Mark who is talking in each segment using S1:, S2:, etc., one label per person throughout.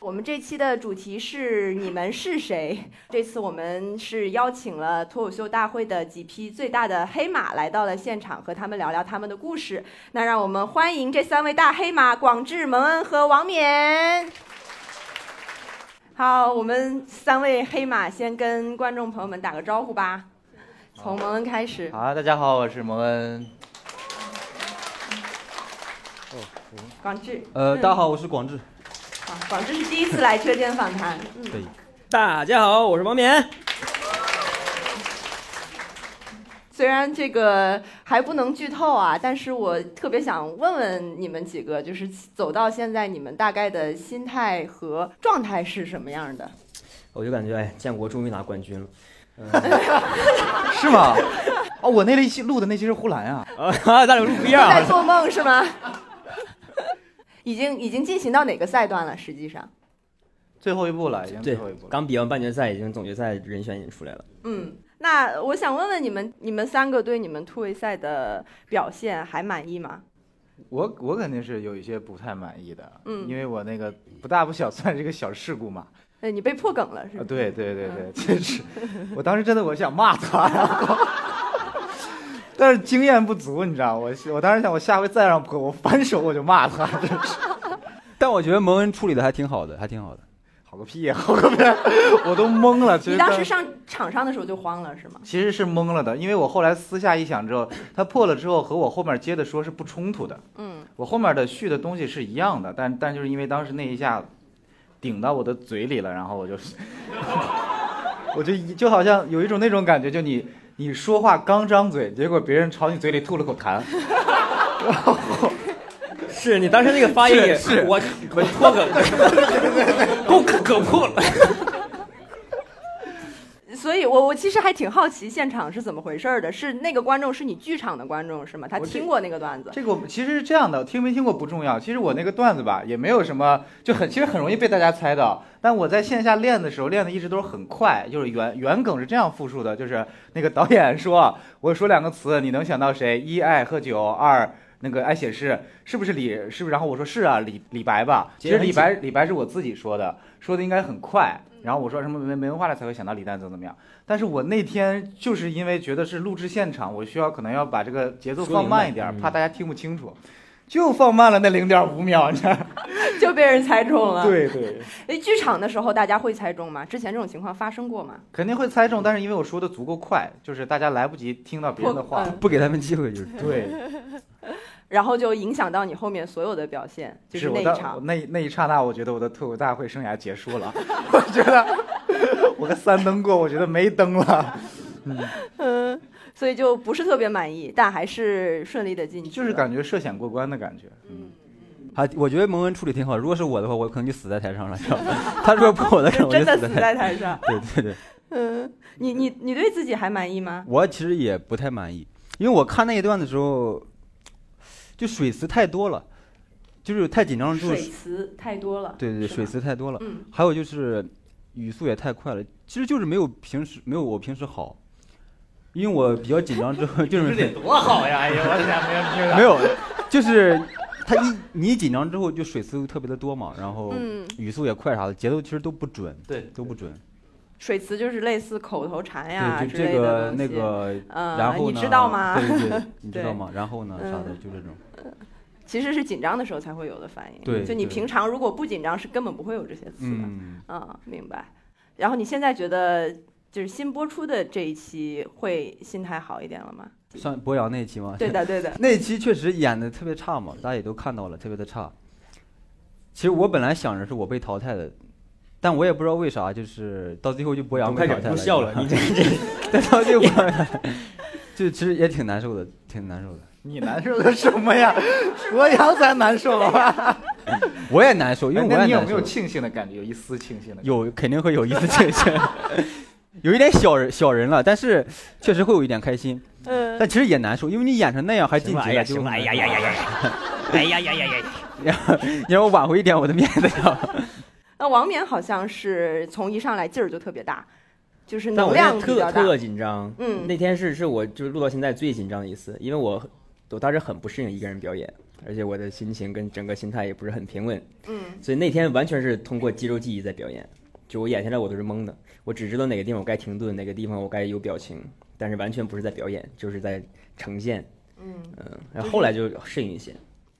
S1: 我们这期的主题是你们是谁？这次我们是邀请了脱口秀大会的几匹最大的黑马来到了现场，和他们聊聊他们的故事。那让我们欢迎这三位大黑马：广志、蒙恩和王冕。好，我们三位黑马先跟观众朋友们打个招呼吧。从蒙恩开始，
S2: 好，大家好，我是蒙恩。
S1: 广志。
S2: 呃，
S1: 嗯
S2: 大家好，我是广志。
S1: 啊，广志是第一次来车间访谈，嗯，
S2: 对，
S3: 大家好，我是王冕。
S1: 虽然这个还不能剧透啊，但是我特别想问问你们几个，就是走到现在，你们大概的心态和状态是什么样的？
S3: 我就感觉，哎，建国终于拿冠军了。
S2: 是吗？哦，我那一期录的那期是呼兰啊。
S3: 啊， 大刘不一样
S1: 在做梦是吗？ 已经已经进行到哪个赛段了？实际上，
S2: 最后一步了，已经最
S3: 对
S2: 后一步，了。
S3: 刚比完半决赛，已经总决赛人选已经出来了。
S1: 嗯，那我想问问你们，你们三个对你们突围赛的表现还满意吗？
S2: 我我肯定是有一些不太满意的，
S1: 嗯
S2: 因为我那个不大不小算是一个小事故嘛。
S1: 呃，你被破梗了是
S2: 啊，
S1: 吧？
S2: 对对对
S1: 嗯
S2: 对，确实，我当时真的我想骂他， 然后但是经验不足，你知道，我我当时想我下回再让婆我反手我就骂他， 真是
S4: 但我觉得蒙恩处理的还挺好的，还挺好的。
S2: 好个屁呀，好个屁，啊我都懵了。其
S1: 你
S2: 实
S1: 当时上场上的时候就慌了是吗？
S2: 其实是懵了的，因为我后来私下一想之后，他破了之后和我后面接的说是不冲突的，
S1: 嗯，
S2: 我后面的续的东西是一样的，但但就是因为当时那一下顶到我的嘴里了，然后我就， 我就一就好像有一种那种感觉，就你你说话刚张嘴，结果别人朝你嘴里吐了口痰，
S3: 是你当时那个发音也
S2: 是是
S3: 我我破梗， 够可可破了。
S1: 所以我，我其实还挺好奇现场是怎么回事儿的。是那个观众是你剧场的观众是吗？他
S2: 我这
S1: 听过那个段子，
S2: 这个我其实是这样的，听没听过不重要。其实我那个段子吧，也没有什么，就很其实很容易被大家猜到。但我在线下练的时候，练的一直都是很快，就是原原梗是这样复述的，就是那个导演说，我说两个词，你能想到谁？一爱喝酒，二那个爱写诗，是不是李？是不是？然后我说是啊，李李白吧。其实李白李白是我自己说的，说的应该很快。然后我说什么没没文化了才会想到李诞怎么怎么样，但是我那天就是因为觉得是录制现场，我需要可能要把这个节奏
S3: 说
S2: 放
S3: 明
S2: 慢
S3: 白
S2: 一点，
S3: 嗯
S2: 怕大家听不清楚，就放慢了那零点五秒，你知 道吗？
S1: 就被人猜中了。，
S2: 对对，
S1: 哎，剧场的时候大家会猜中吗？之前这种情况发生过吗？
S2: 肯定会猜中，但是因为我说的足够快，就是大家来不及听到别人的
S1: 破
S2: 话。
S1: 嗯
S4: 不给他们机会就是。
S2: 对，
S1: 然后就影响到你后面所有的表现，就是那
S2: 我
S1: 一
S2: 当我
S1: 场。
S2: 那那一刹那，我觉得我的脱口大会生涯结束了，我觉得 我跟三灯过，我觉得没灯了，
S1: 嗯，所以就不是特别满意，但还是顺利的进去了。
S2: 就是感觉涉险过关的感觉。
S4: 还我觉得蒙恩处理挺好。如果是我的话，我可能就死在台上了，知道吗？他如果破我 的梗，我
S1: 真
S4: 就
S1: 的
S4: 死在
S1: 死
S4: 台
S1: 在
S4: 上。
S1: 台上。
S4: 对对对，
S1: 嗯，你你你对自己还满意吗？
S4: 我其实也不太满意，因为我看那一段的时候，就水词太多了，就是太紧张了，就
S1: 水
S4: 是
S1: 词太多了。
S4: 对对对，
S1: 是吧
S4: 水词太多了，
S1: 嗯
S4: 还有就是语速也太快了，其实就是没有平时没有我平时好，因为我比较紧张 之后就是 很
S2: 多好呀！哎呀，我天，没有听
S4: 没有，就是他一你一紧张之后就水词特别的多嘛，然后
S1: 嗯
S4: 语速也快啥的，节奏其实都不准，
S2: 对
S4: 都不准。
S1: 水词就是类似口头禅哎呀
S4: 对，
S1: 之
S4: 就
S1: 类的
S4: 这个
S1: 东
S4: 那
S1: 西
S4: 个，
S1: 呃，
S4: 然后呢？
S1: 你知道吗？
S4: 对对对，你知
S1: 对嗯
S4: 道吗？然后呢？啥的，就这种。
S1: 其实是紧张的时候才会有的反应。
S4: 对
S1: 就你
S4: 对
S1: 平常如果不紧张，是根本不会有这些词的。
S4: 嗯，
S1: 啊，明白。然后你现在觉得就是新播出的这一期会心态好一点了吗？
S4: 算博洋那一期吗？
S1: 对，的，对的。
S4: 那一期确实演的特别差嘛，大家也都看到了，特别的差。其实我本来想着是我被淘汰的，但我也不知道为啥，就是到最后就博洋被
S3: 快
S4: 淘
S3: 点
S4: 汰
S3: 不笑了，你这
S4: 但到最后博洋，就其实也挺难受的，挺难受的。
S2: 你难受的什么呀？博洋才难受了吧？
S4: 我也难受，因为
S2: 哎
S4: 我
S2: 那
S4: 也
S2: 你有
S4: 难
S2: 没有
S4: 受。
S2: 庆幸的感觉？有一丝庆幸的感觉？
S4: 有肯定会有一次庆幸， 有一点小人小人了，但是确实会有一点开心，
S1: 嗯
S4: 但其实也难受，因为你演成那样还晋级
S3: 哎
S4: 了，
S3: 呀，
S4: 就
S3: 行了，哎呀呀呀呀呀，哎呀呀呀呀！
S4: 然后你让我挽回一点我的面子呀。
S1: 那王冕好像是从一上来劲儿就特别大，就是
S3: 但
S1: 能
S3: 我那
S1: 量
S3: 天
S1: 比
S3: 特
S1: 较大。
S3: 特紧张，
S1: 嗯
S3: 那天是是我就是录到现在最紧张的一次，因为我我当时很不适应一个人表演，而且我的心情跟整个心态也不是很平稳，
S1: 嗯
S3: 所以那天完全是通过肌肉记忆在表演，就我演下来我都是懵的，我只知道哪个地方我该停顿，哪个地方我该有表情，但是完全不是在表演，就是在呈现，
S1: 嗯，
S3: 嗯，然后后来就适应一些，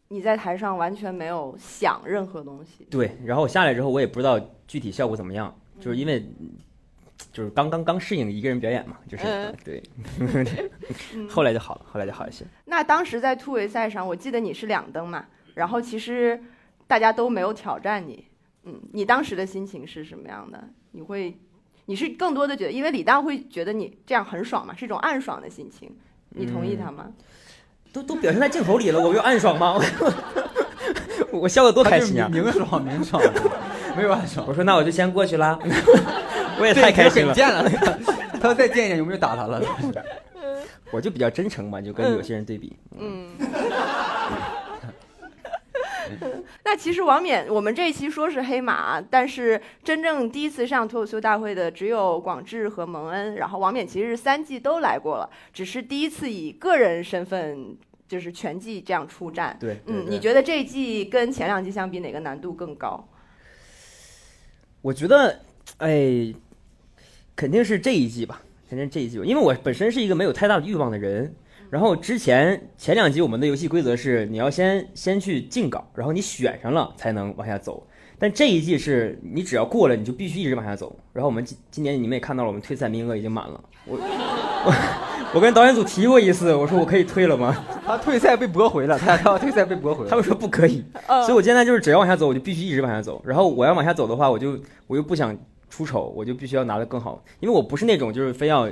S1: 你在台上完全没有想任何东西。
S3: 对，然后我下来之后我也不知道具体效果怎么样，就是因为就是刚刚刚适应一个人表演嘛，就是、
S1: 嗯
S3: 对，
S1: 嗯
S3: 后来就好了，后来就好一些。
S1: 那当时在突围赛上，我记得你是两灯嘛，然后其实大家都没有挑战你，嗯，你当时的心情是什么样的？你会，你是更多的觉得，因为李诞会觉得你这样很爽嘛，是一种暗爽的心情，你同意他吗？
S3: 都都表现在镜头里了，我不就暗爽吗？ 我我笑得多开心啊！
S4: 明爽明爽， 没有暗爽
S3: 我，说那我就先过去啦， 我也太开心了
S4: 很。贱了。他要再见一眼，有没有打他了？
S3: 我就比较真诚嘛，就跟有些人对比，
S1: 嗯。那其实王冕，我们这一期说是黑马，但是真正第一次上脱口秀大会的只有广志和蒙恩，然后王冕其实是三季都来过了，只是第一次以个人身份就是全季这样出战。
S3: 对，
S1: 嗯，你
S3: 得？
S1: 觉得这一季跟前两季相比，哪个难度更高？
S3: 我觉得，哎，肯定是这一季吧，肯定是这一季吧，因为我本身是一个没有太大的欲望的人。然后之前前两集我们的游戏规则是你要先先去竞稿，然后你选上了才能往下走。但这一季是你只要过了，你就必须一直往下走。然后我们今今年你们也看到了，我们退赛名额已经满了。我 我我跟导演组提过一次，我说我可以退了吗？
S4: 他退赛被驳回了，他他退赛被驳回了。
S3: 他们说不可以。所以我现在就是只要往下走，我就必须一直往下走。然后我要往下走的话，我就我又不想出丑，我就必须要拿得更好，因为我不是那种就是非要，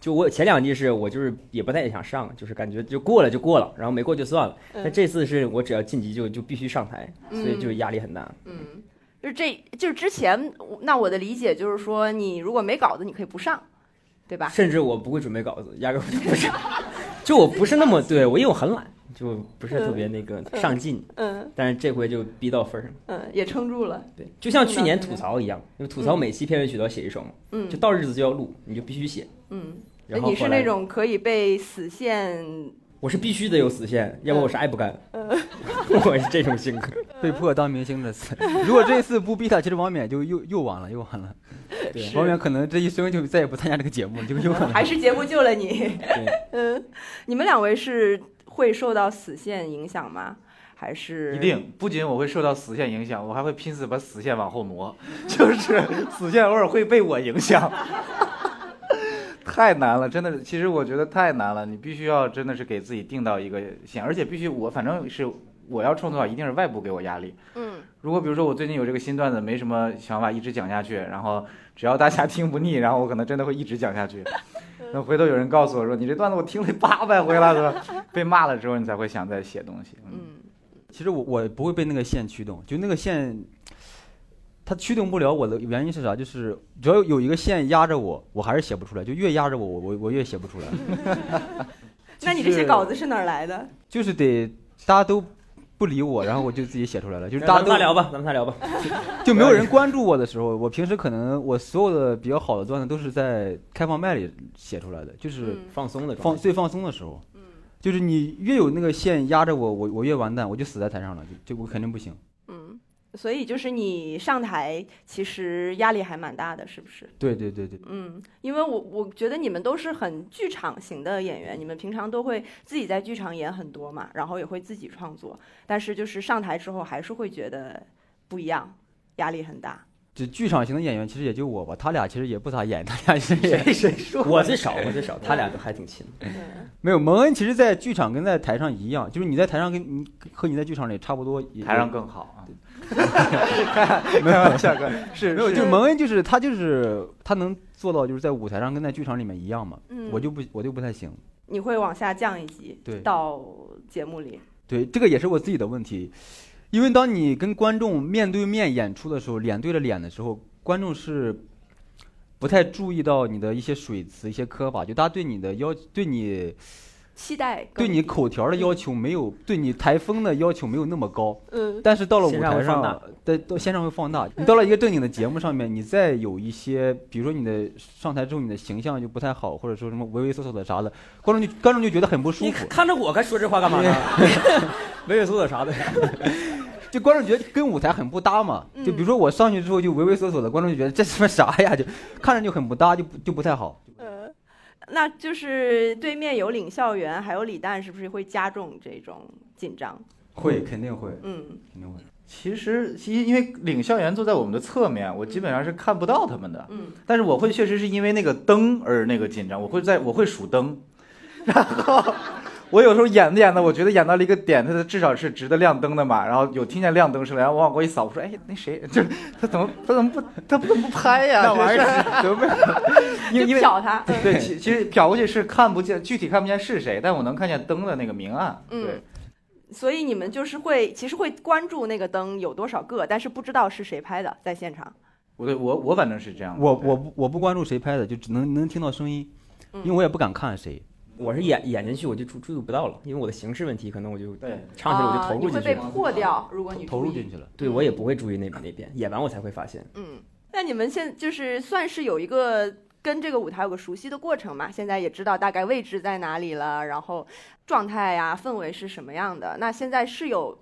S3: 就我前两季是我就是也不太想上，就是感觉就过了就过了，然后没过就算了。
S1: 嗯
S3: 但这次是我只要晋级就就必须上台，所以就压力很大。
S1: 嗯，就是这就是之前，那我的理解就是说，你如果没稿子，你可以不上，对吧？
S3: 甚至我不会准备稿子，压根儿我就不是， 就我不是那么对我，因为我很懒，就不是特别那个
S1: 嗯
S3: 上进。
S1: 嗯
S3: 但是这回就逼到分儿上，
S1: 嗯，也撑住了。
S3: 对，就像去年吐槽一样，因为吐槽每期片尾曲都要写一首嘛，
S1: 嗯
S3: 就到日子就要录，你就必须写。
S1: 嗯。那
S3: 然后
S1: 你是
S3: 后来
S1: 那种可以被死线，
S3: 我是必须得有死线，要不我是爱不干。
S1: 嗯
S3: 我是这种性格，
S4: 被迫当明星这次，如果这一次不逼他，其实王冕就又又完了，又完了。
S3: 对
S4: 王冕可能这一生就再也不参加这个节目，就又 完了。
S1: 还是节目救了你？
S3: 对，
S1: 嗯，你们两位是会受到死线影响吗？还是
S2: 一定，不仅我会受到死线影响，我还会拼死把死线往后挪， 就是死线偶尔会被我影响。 太难了，真的是，其实我觉得太难了。你必须要真的是给自己定到一个线，而且必须我反正是我要创作，一定是外部给我压力。
S1: 嗯
S2: 如果比如说我最近有这个新段子，没什么想法，一直讲下去，然后只要大家 听不腻，然后我可能真的会一直讲下去。那回头有人告诉我说你这段子我听了八百回了，是吧？ 被骂了之后你才会想再写东西。嗯
S1: 嗯
S4: 其实我我不会被那个线驱动，就那个线，它驱动不了我的原因是啥？就是只要有一个线压着我，我还是写不出来。就越压着我，我我我越写不出来。
S1: 那你这些稿子是哪儿来的？
S4: 就是得大家都不理我，然后我就自己写出来了。就是
S3: 咱
S4: 大
S3: 们仨
S4: 家都
S3: 聊吧，咱们仨聊吧。
S4: 就没有人关注我的时候，我平时可能我所有的比较好的段子都是在开放麦里写出来的，就是
S1: 嗯
S3: 放松的状
S4: 放
S3: 态，
S4: 最放松的时候。
S1: 嗯
S4: 就是你越有那个线压着我，我我越完蛋，我就死在台上了，就就我肯定不行。
S1: 嗯，所以就是你上台其实压力还蛮大的，是不是？
S4: 对对对对，
S1: 嗯，因为我我觉得你们都是很剧场型的演员，你们平常都会自己在剧场演很多嘛，然后也会自己创作，但是就是上台之后还是会觉得不一样，压力很大。
S4: 就剧场型的演员其实也就我吧，他俩其实也不咋演， 他俩其实也
S2: 谁说
S3: 我最少，我最少，他俩都还挺亲。
S4: 没有。蒙恩其实，在剧场跟在台上一样，就是你在台上跟你和你在剧场里差不多也。
S2: 台上更好啊？没有，下个是
S4: 没有，
S2: 是
S4: 就是蒙恩就是他就是他能做到就是在舞台上跟在剧场里面一样嘛，
S1: 嗯，
S4: 我就不我就不太行。
S1: 你会往下降一级，
S4: 对
S1: 到节目里，
S4: 对，这个也是我自己的问题，因为当你跟观众面对面演出的时候，脸对着脸的时候，观众是不太注意到你的一些水词、一些磕法，就大家对你的要对你
S1: 期待更
S4: 对你口条的要求没有对你台风的要求没有那么高。
S1: 嗯
S4: 但是到了舞
S3: 线上
S4: 台
S3: 会
S4: 上
S3: 放大，
S4: 对，到线上会放大。你到了一个正经的节目上面，你再有一些，比如说你的上台之后你的形象就不太好，或者说什么畏畏缩缩的啥的，观众就观众就觉得很不舒
S3: 你
S4: 服。
S3: 看着我该说这话干 嘛呢？畏畏缩缩啥的，
S4: 就观众觉得跟舞台很不搭嘛。
S3: 嗯
S4: 就比如说我上去之后就畏畏缩缩的，观众就觉得这他妈啥呀？就看着就很不搭，就不就不太好。
S1: 呃，那就是对面有领校园，还有李诞，是不是会加重这种紧张？
S4: 会，肯定会，
S1: 嗯
S4: 肯定会。
S2: 其实，其实因为领校园坐在我们的侧面，啊我基本上是看不到他们的。
S1: 嗯，
S2: 但是我会确实是因为那个灯而那个紧张，我会在我会数灯， 然后我有时候演着演着，我觉得演到了一个点，它至少是值得亮灯的嘛，然后有听见亮灯声了，然后我往过一扫，我说哎那谁，就是他怎么他怎么不他不不拍呀？
S3: 那玩意
S2: 儿怎么不？ 因为因
S1: 就
S2: 为
S1: 瞟他。
S2: 对，其其实瞟过去是看不见，具体看不见是谁，但我能看见灯的那个明暗。
S1: 嗯
S2: 对，
S1: 所以你们就是会，其实会关注那个灯有多少个，但是不知道是谁拍的，在现场。
S2: 我对我我反正是这样的。
S4: 我
S2: 对
S4: 我不我不关注谁拍的，就只能能听到声音，
S3: 嗯
S4: 因为我也不敢看谁。
S3: 我是演演进去我就注注意不到了，因为我的形式问题，可能我就
S2: 对
S3: 唱起来我就
S1: 啊
S3: 投入
S1: 你会
S3: 进
S1: 被
S3: 去了。
S1: 破掉，如果你
S4: 投入
S1: 注意
S4: 进去了，
S3: 对我也不会注意那那边，演完我才会发现。
S1: 嗯，那你们现就是算是有一个跟这个舞台有个熟悉的过程嘛？现在也知道大概位置在哪里了，然后状态呀、氛围是什么样的。那现在是有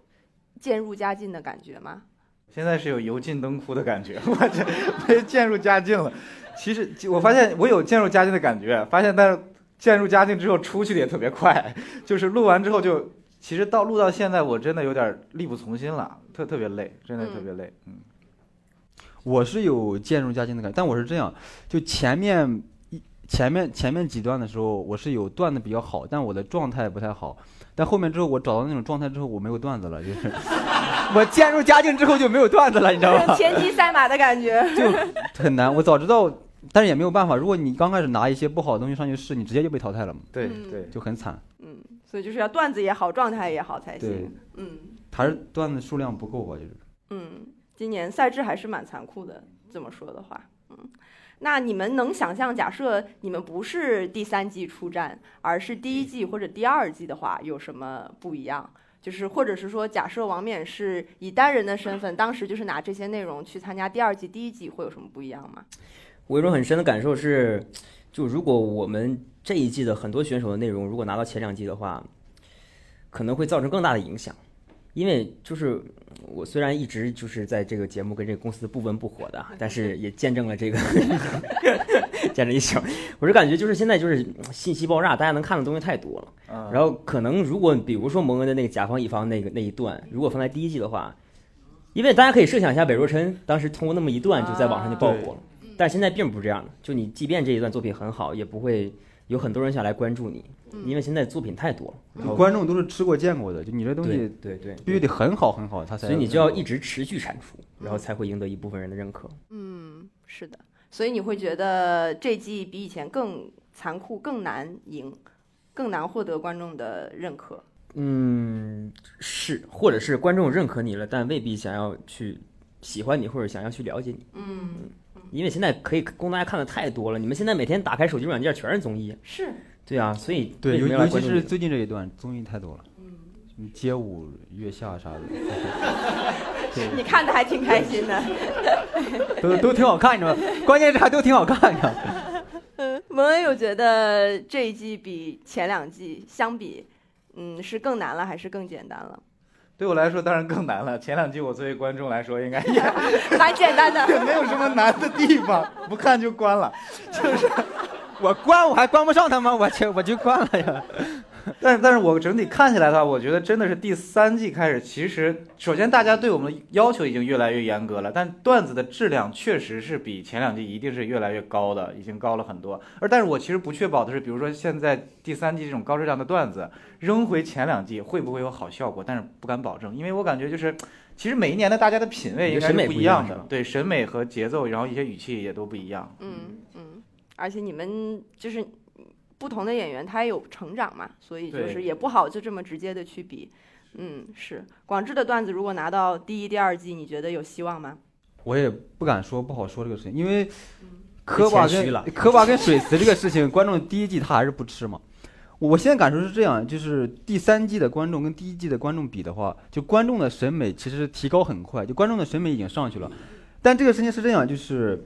S1: 渐入佳境的感觉吗？
S2: 现在是有油尽灯枯的感觉，我这被渐入佳境了。其实我发现我有渐入佳境的感觉，发现但是渐入佳境之后出去的也特别快，就是录完之后就，其实到录到现在我真的有点力不从心了，特特别累，真的
S1: 嗯
S2: 特别累。嗯，
S4: 我是有渐入佳境的感觉，但我是这样，就前面一前面前面几段的时候，我是有段子比较好，但我的状态不太好。但后面之后，我找到那种状态之后，我没有段子了，就是 我渐入佳境之后就没有段子了，你知道吗？
S1: 前期赛马的感觉。
S4: 就很难。我早知道，但是也没有办法。如果你刚开始拿一些不好的东西上去试，你直接就被淘汰了嘛，
S2: 对
S1: 嗯
S2: 对，
S4: 就很惨。
S1: 嗯，所以就是要段子也好，状态也好才
S4: 对
S1: 行。，嗯
S4: 还是段子数量不够吧，啊就是。
S1: 嗯，今年赛制还是蛮残酷的，这么说的话。嗯，那你们能想象，假设你们不是第三季出战，而是第一季或者第二季的话，有什么不一样？就是，或者是说，假设王冕是以单人的身份，当时就是拿这些内容去参加第二季、第一季，会有什么不一样吗？
S3: 我有一种很深的感受是，就如果我们这一季的很多选手的内容，如果拿到前两季的话，可能会造成更大的影响。因为就是我虽然一直就是在这个节目跟这个公司不温不火的，但是也见证了这个 见证一宿。我是感觉就是现在就是信息爆炸，大家能看的东西太多了。
S2: 嗯，
S3: 然后可能如果比如说蒙恩的那个甲方乙方那个那一段，如果放在第一季的话，因为大家可以设想一下北若琛当时通过那么一段就在网上就爆火了，但是现在并不是这样的，就你即便这一段作品很好，也不会有很多人想来关注你，因为现在作品太多了，然
S4: 就
S3: 后
S4: 观众都是吃过见过的，就你这东
S3: 哦对
S4: 西
S3: 对对，
S4: 必须得很好很好，他才
S3: 所以你就要一直持续产出，然后才会赢得一部分人的认可。
S1: 嗯，是的。所以你会觉得这季比以前更残酷、更难赢，更难获得观众的认可。
S3: 嗯，是，或者是观众认可你了，但未必想要去喜欢你，或者想要去了解你。
S1: 嗯，
S3: 因为现在可以供大家看的太多了，你们现在每天打开手机软件全是综艺，
S1: 是
S3: 对啊，所以
S4: 对，
S3: 为什
S4: 尤
S3: 么要
S4: 尤
S3: 来
S4: 其
S3: 关注
S4: 是
S3: 你
S4: 最近这一段综艺太多了，什么街舞、月下啥的，
S1: 你看的还挺开心的。
S4: 都都挺好看，你知道吗？关键是还都挺好看，你知道吗？
S1: 蒙恩有觉得这一季比前两季相比，嗯，是更难了还是更简单了？
S2: 对我来说当然更难了。前两季我作为观众来说，应该也
S1: 蛮简单的，
S2: 也没有什么难的地方，不看就关了。
S4: 我关我还关不上他吗？我去，我就关了呀。
S2: 但是，但是我整体看起来的话，我觉得真的是第三季开始，其实首先大家对我们的要求已经越来越严格了，但段子的质量确实是比前两季一定是越来越高的，已经高了很多。而但是我其实不确保的是，比如说现在第三季这种高质量的段子扔回前两季会不会有好效果，但是不敢保证，因为我感觉就是。其实每一年的大家的品味应该是不一样
S3: 审美不一样是
S2: 的
S3: 吧，
S2: 对审美和节奏，然后一些语气也都不一样。
S1: 嗯嗯，而且你们就是不同的演员，他也有成长嘛，所以就是
S2: 对
S1: 也不好就这么直接的去比。嗯，是广智的段子，如果拿到第一、第二季，你觉得有希望吗？
S4: 我也不敢说不好说这个事情，因为磕巴
S3: 谦虚
S4: 跟
S3: 了
S4: 磕巴跟水词这个事情，观众第一季他还是不吃嘛。我现在感受是这样，就是第三季的观众跟第一季的观众比的话，就观众的审美其实提高很快，就观众的审美已经上去了。但这个事情是这样，就是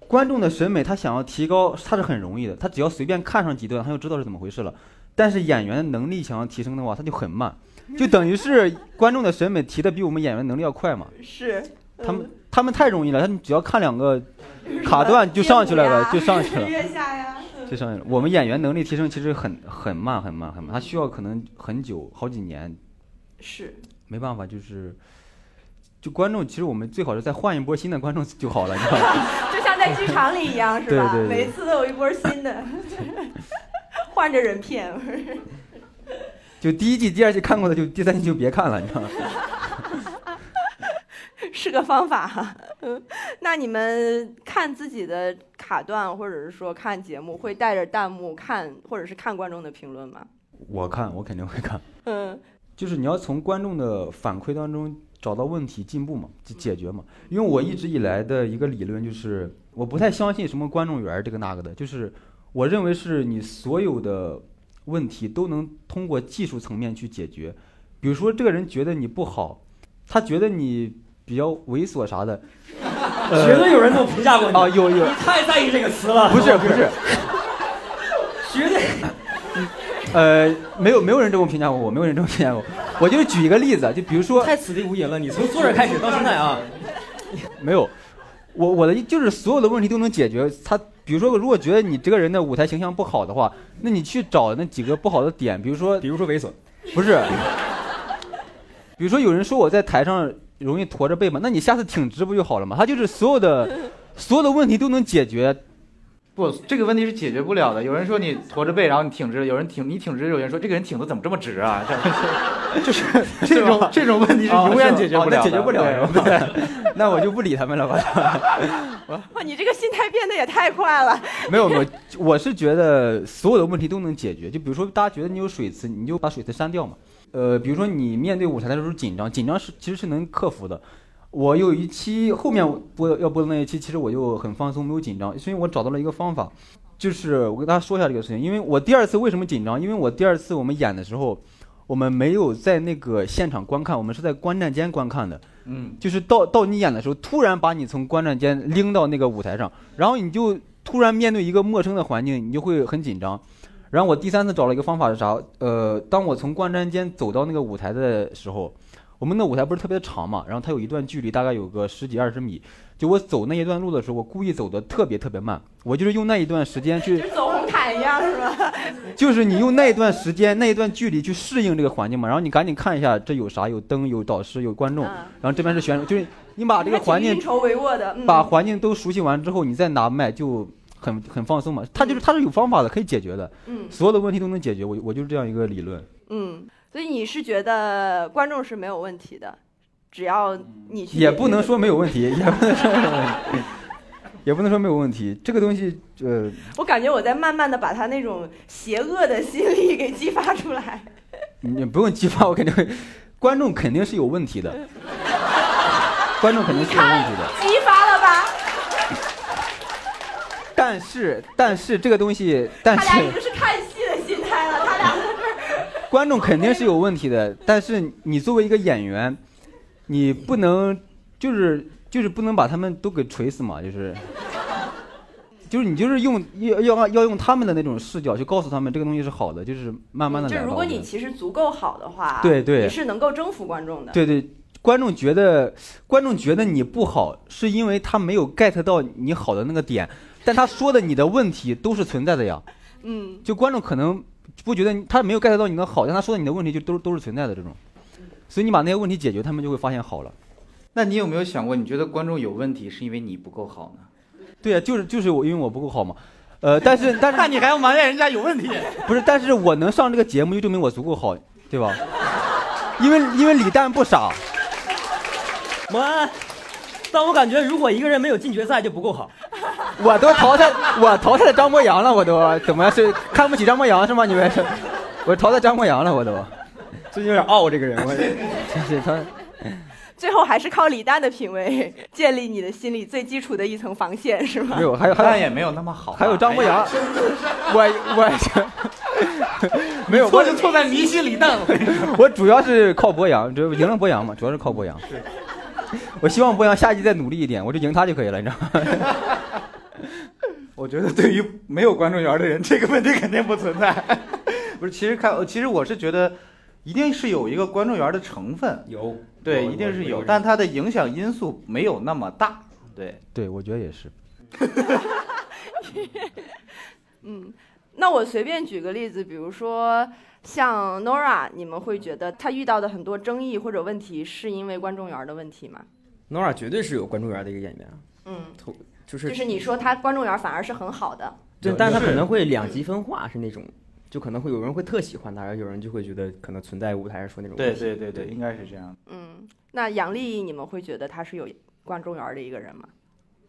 S4: 观众的审美他想要提高，他是很容易的，他只要随便看上几段，他就知道是怎么回事了。但是演员的能力想要提升的话，他就很慢，就等于是观众的审美提的比我们演员能力要快嘛。
S1: 是
S4: 他
S1: 嗯
S4: 们他们太容易了，他们只要看两个卡段就上去了了，就上去了，
S1: 呃月下呀，
S4: 就上去了。我们演员能力提升其实很很慢很慢很慢，他需要可能很久好几年，
S1: 是
S4: 没办法就是。就观众，其实我们最好是再换一波新的观众就好了，你知道吗？
S1: 就像在剧场里一样，是吧？
S4: 对对对
S1: 每次都有一波新的， 换着人骗。
S4: 就第一季、第二季看过的，就第三季就别看了，你知道吗？
S1: 是个方法 哈。嗯，那你们看自己的卡段，或者是说看节目，会带着弹幕看，或者是看观众的评论吗？
S4: 我看，我肯定会看。
S1: 嗯，
S4: 就是你要从观众的反馈当中找到问题、进步嘛，解
S3: 嗯
S4: 解决嘛。因为我一直以来的一个理论就是，我不太相信什么观众缘儿这个那个的，就是我认为是你所有的问题都能通过技术层面去解决。比如说，这个人觉得你不好，他觉得你比较猥琐啥的，
S3: 绝对呃 哦有人这么评价过
S4: 啊，
S3: 你，
S4: 有有
S3: 你，太在意这个词了。
S4: 不是不是，
S3: 绝对
S4: 呃，没有没有人这么评价过我，没有人这么评价过我。我就是举一个例子啊，就比如说，
S3: 太此地无银了。你从坐这儿开始到现在啊，
S4: 没有，我我的意就是所有的问题都能解决。他比如说，如果觉得你这个人的舞台形象不好的话，那你去找那几个不好的点，比如说
S3: 比如说猥琐，
S4: 不是，比如说有人说我在台上容易驼着背嘛，那你下次挺直不就好了嘛？他就是所有的所有的问题都能解决，
S2: 不，这个问题是解决不了的。有人说你驼着背，然后你挺直；有人挺你挺直，有人说这个人挺的怎么这么直啊？这 就是这种这种问题是
S4: 哦
S2: 永远
S4: 吗
S2: 解决不
S4: 哦
S2: 了的，
S4: 那解决不了
S2: 对
S4: 是吧对， 那我就不理他们了吧。
S1: 哇，你这个心态变得也太快了。
S4: 没有没有，我是觉得所有的问题都能解决。就比如说，大家觉得你有水词，你就把水词删掉嘛。呃，比如说你面对舞台的时候紧张，紧张是其实是能克服的。我有一期后面播要播的那一期，其实我就很放松，没有紧张，所以我找到了一个方法，就是我跟大家说一下这个事情。因为我第二次为什么紧张？因为我第二次我们演的时候，我们没有在那个现场观看，我们是在观战间观看的。
S2: 嗯，
S4: 就是到到你演的时候，突然把你从观战间拎到那个舞台上，然后你就突然面对一个陌生的环境，你就会很紧张。然后我第三次找了一个方法是啥？呃，当我从观战间走到那个舞台的时候，我们的舞台不是特别长嘛，然后它有一段距离，大概有个十几二十米。就我走那一段路的时候，我故意走的特别特别慢，我就是用那一段时间去
S1: 就走红毯一样是吧？
S4: 就是你用那一段时间、那 一段距离去适应这个环境嘛，然后你赶紧看一下这有啥，有灯、有导师、有观众，
S1: 嗯
S4: 然后这边是选手，就是你把这个
S1: 还挺
S4: 环境
S1: 运筹帷幄的，嗯、
S4: 把环境都熟悉完之后，你再拿麦就很很放松嘛。他就是他是有方法的，可以解决的，
S1: 嗯
S4: 所有的问题都能解决。我我就是这样一个理论，
S1: 嗯，所以你是觉得观众是没有问题的，只要你去
S4: 也不能说没有问题， 也不能说没有问题，也不能说没有问题。这个东西，呃，
S1: 我感觉我在慢慢的把他那种邪恶的心理给激发出 来。
S4: 你不用激发，我肯定会，观众肯定是有问题的，观众肯定是有问题的。
S1: 激发了吧？
S4: 但是，但是这个东西，但
S1: 他俩已
S4: 是
S1: 经是看戏的心态了，他 俩在这儿。
S4: 观众肯定是有问题的。但是你作为一个演员，你不能就是就是不能把他们都给锤死嘛，就是就是你就是用要要要用他们的那种视角去告诉他们这个东西是好的，就是慢慢的
S1: 就
S4: 来吧。
S1: 如果
S4: 我觉
S1: 你
S4: 得
S1: 其实足够好的话，
S4: 对对
S1: 你是能够征服观众的。
S4: 对对，观众觉得观众觉得你不好，是因为他没有 get 到你好的那个点，但他说的你的问题都是存在的呀。
S1: 嗯，
S4: 就观众可能不觉得你他没有 get 到你的好，但他说的你的问题就都都是存在的这种，所以你把那些问题解决，他们就会发现好了。
S2: 那你有没有想过，你觉得观众有问题是因为你不够好呢？
S4: 对呀、就是就是我因为我不够好嘛， 呃，但是但是
S2: 你还要埋怨人家有问 题？
S4: 不是，但是我能上这个节目就证明我足够好，对吧？因为因为李诞不傻，
S3: 蒙安。但我感觉，如果一个人没有进决赛就不够好。
S4: 我都淘汰我淘汰了张博洋了，我都怎么是看不起张博洋是吗？你们 是，我淘汰张博洋了，我都
S3: 最近有点傲，这个人，我
S4: 就是他
S1: 最后还是靠李诞的品味建立你的心里最基础的一层防线，是吗
S4: 没？有，还有还
S2: 但
S4: 有
S2: 也没有那么好吧。
S4: 还有张博
S2: 哎呀，
S4: 洋，我我 没有，
S2: 错
S4: 我
S2: 就错在迷信李诞了。
S4: 我主要是靠博洋，主要赢了博洋嘛，主要是靠博洋。我希望博洋下季再努力一点，我就赢他就可以了，你知道吗？
S2: 我觉得对于没有观众缘的人，这个问题肯定不存在。 不是，其实看，呃其实我是觉得，一定是有一个观众缘的成分，
S3: 有
S2: 对，一定是有，但它的影响因素没有那么大。对，
S4: 对，我觉得也是。
S1: 嗯，那我随便举个例子，比如说像 Nora，你们会觉得她遇到的很多争议或者问题，是因为观众缘儿的问题吗？
S3: Nora 绝对是有观众缘的一个演员，
S1: 嗯，
S3: 就是
S1: 就是你说她观众缘儿反而是很好的，
S3: 对，但他可能会两极分化，是那种，就可能会有人会特喜欢他，然后有人就会觉得可能存在舞台上说那种
S2: 对
S3: 问题
S2: 对对对，应该是这样。
S1: 嗯，那杨丽你们会觉得她是有观众缘儿的一个人吗？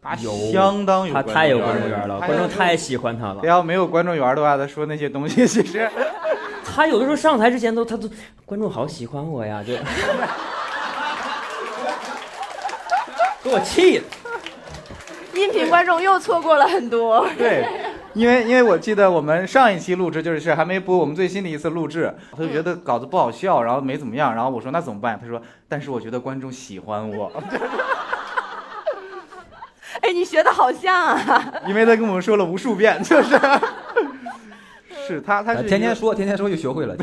S2: 他
S3: 有
S2: 相当有
S3: 他太有观众
S2: 缘
S3: 缘了，
S2: 他
S3: 观
S2: 要
S3: 众太喜欢他
S2: 他。
S3: 了
S2: 要没有观众缘的话，他说那些东西其实
S3: 他有的时候上台之前都，他都观众好喜欢我呀， 就给我气的。
S1: 音频观众又错过了很多。
S2: 对，因为因为我记得我们上一期录制就是还没播，我们最新的一次录制，他就觉得稿子不好笑，然后没怎么样，然后我说那怎么办？他说，但是我觉得观众喜欢我，
S1: 哎，你学的好像啊！
S2: 因为他跟我们说了无数遍，就是。 是他，
S3: 呃
S2: 他是一个
S4: 天天说，天天说就学 会了。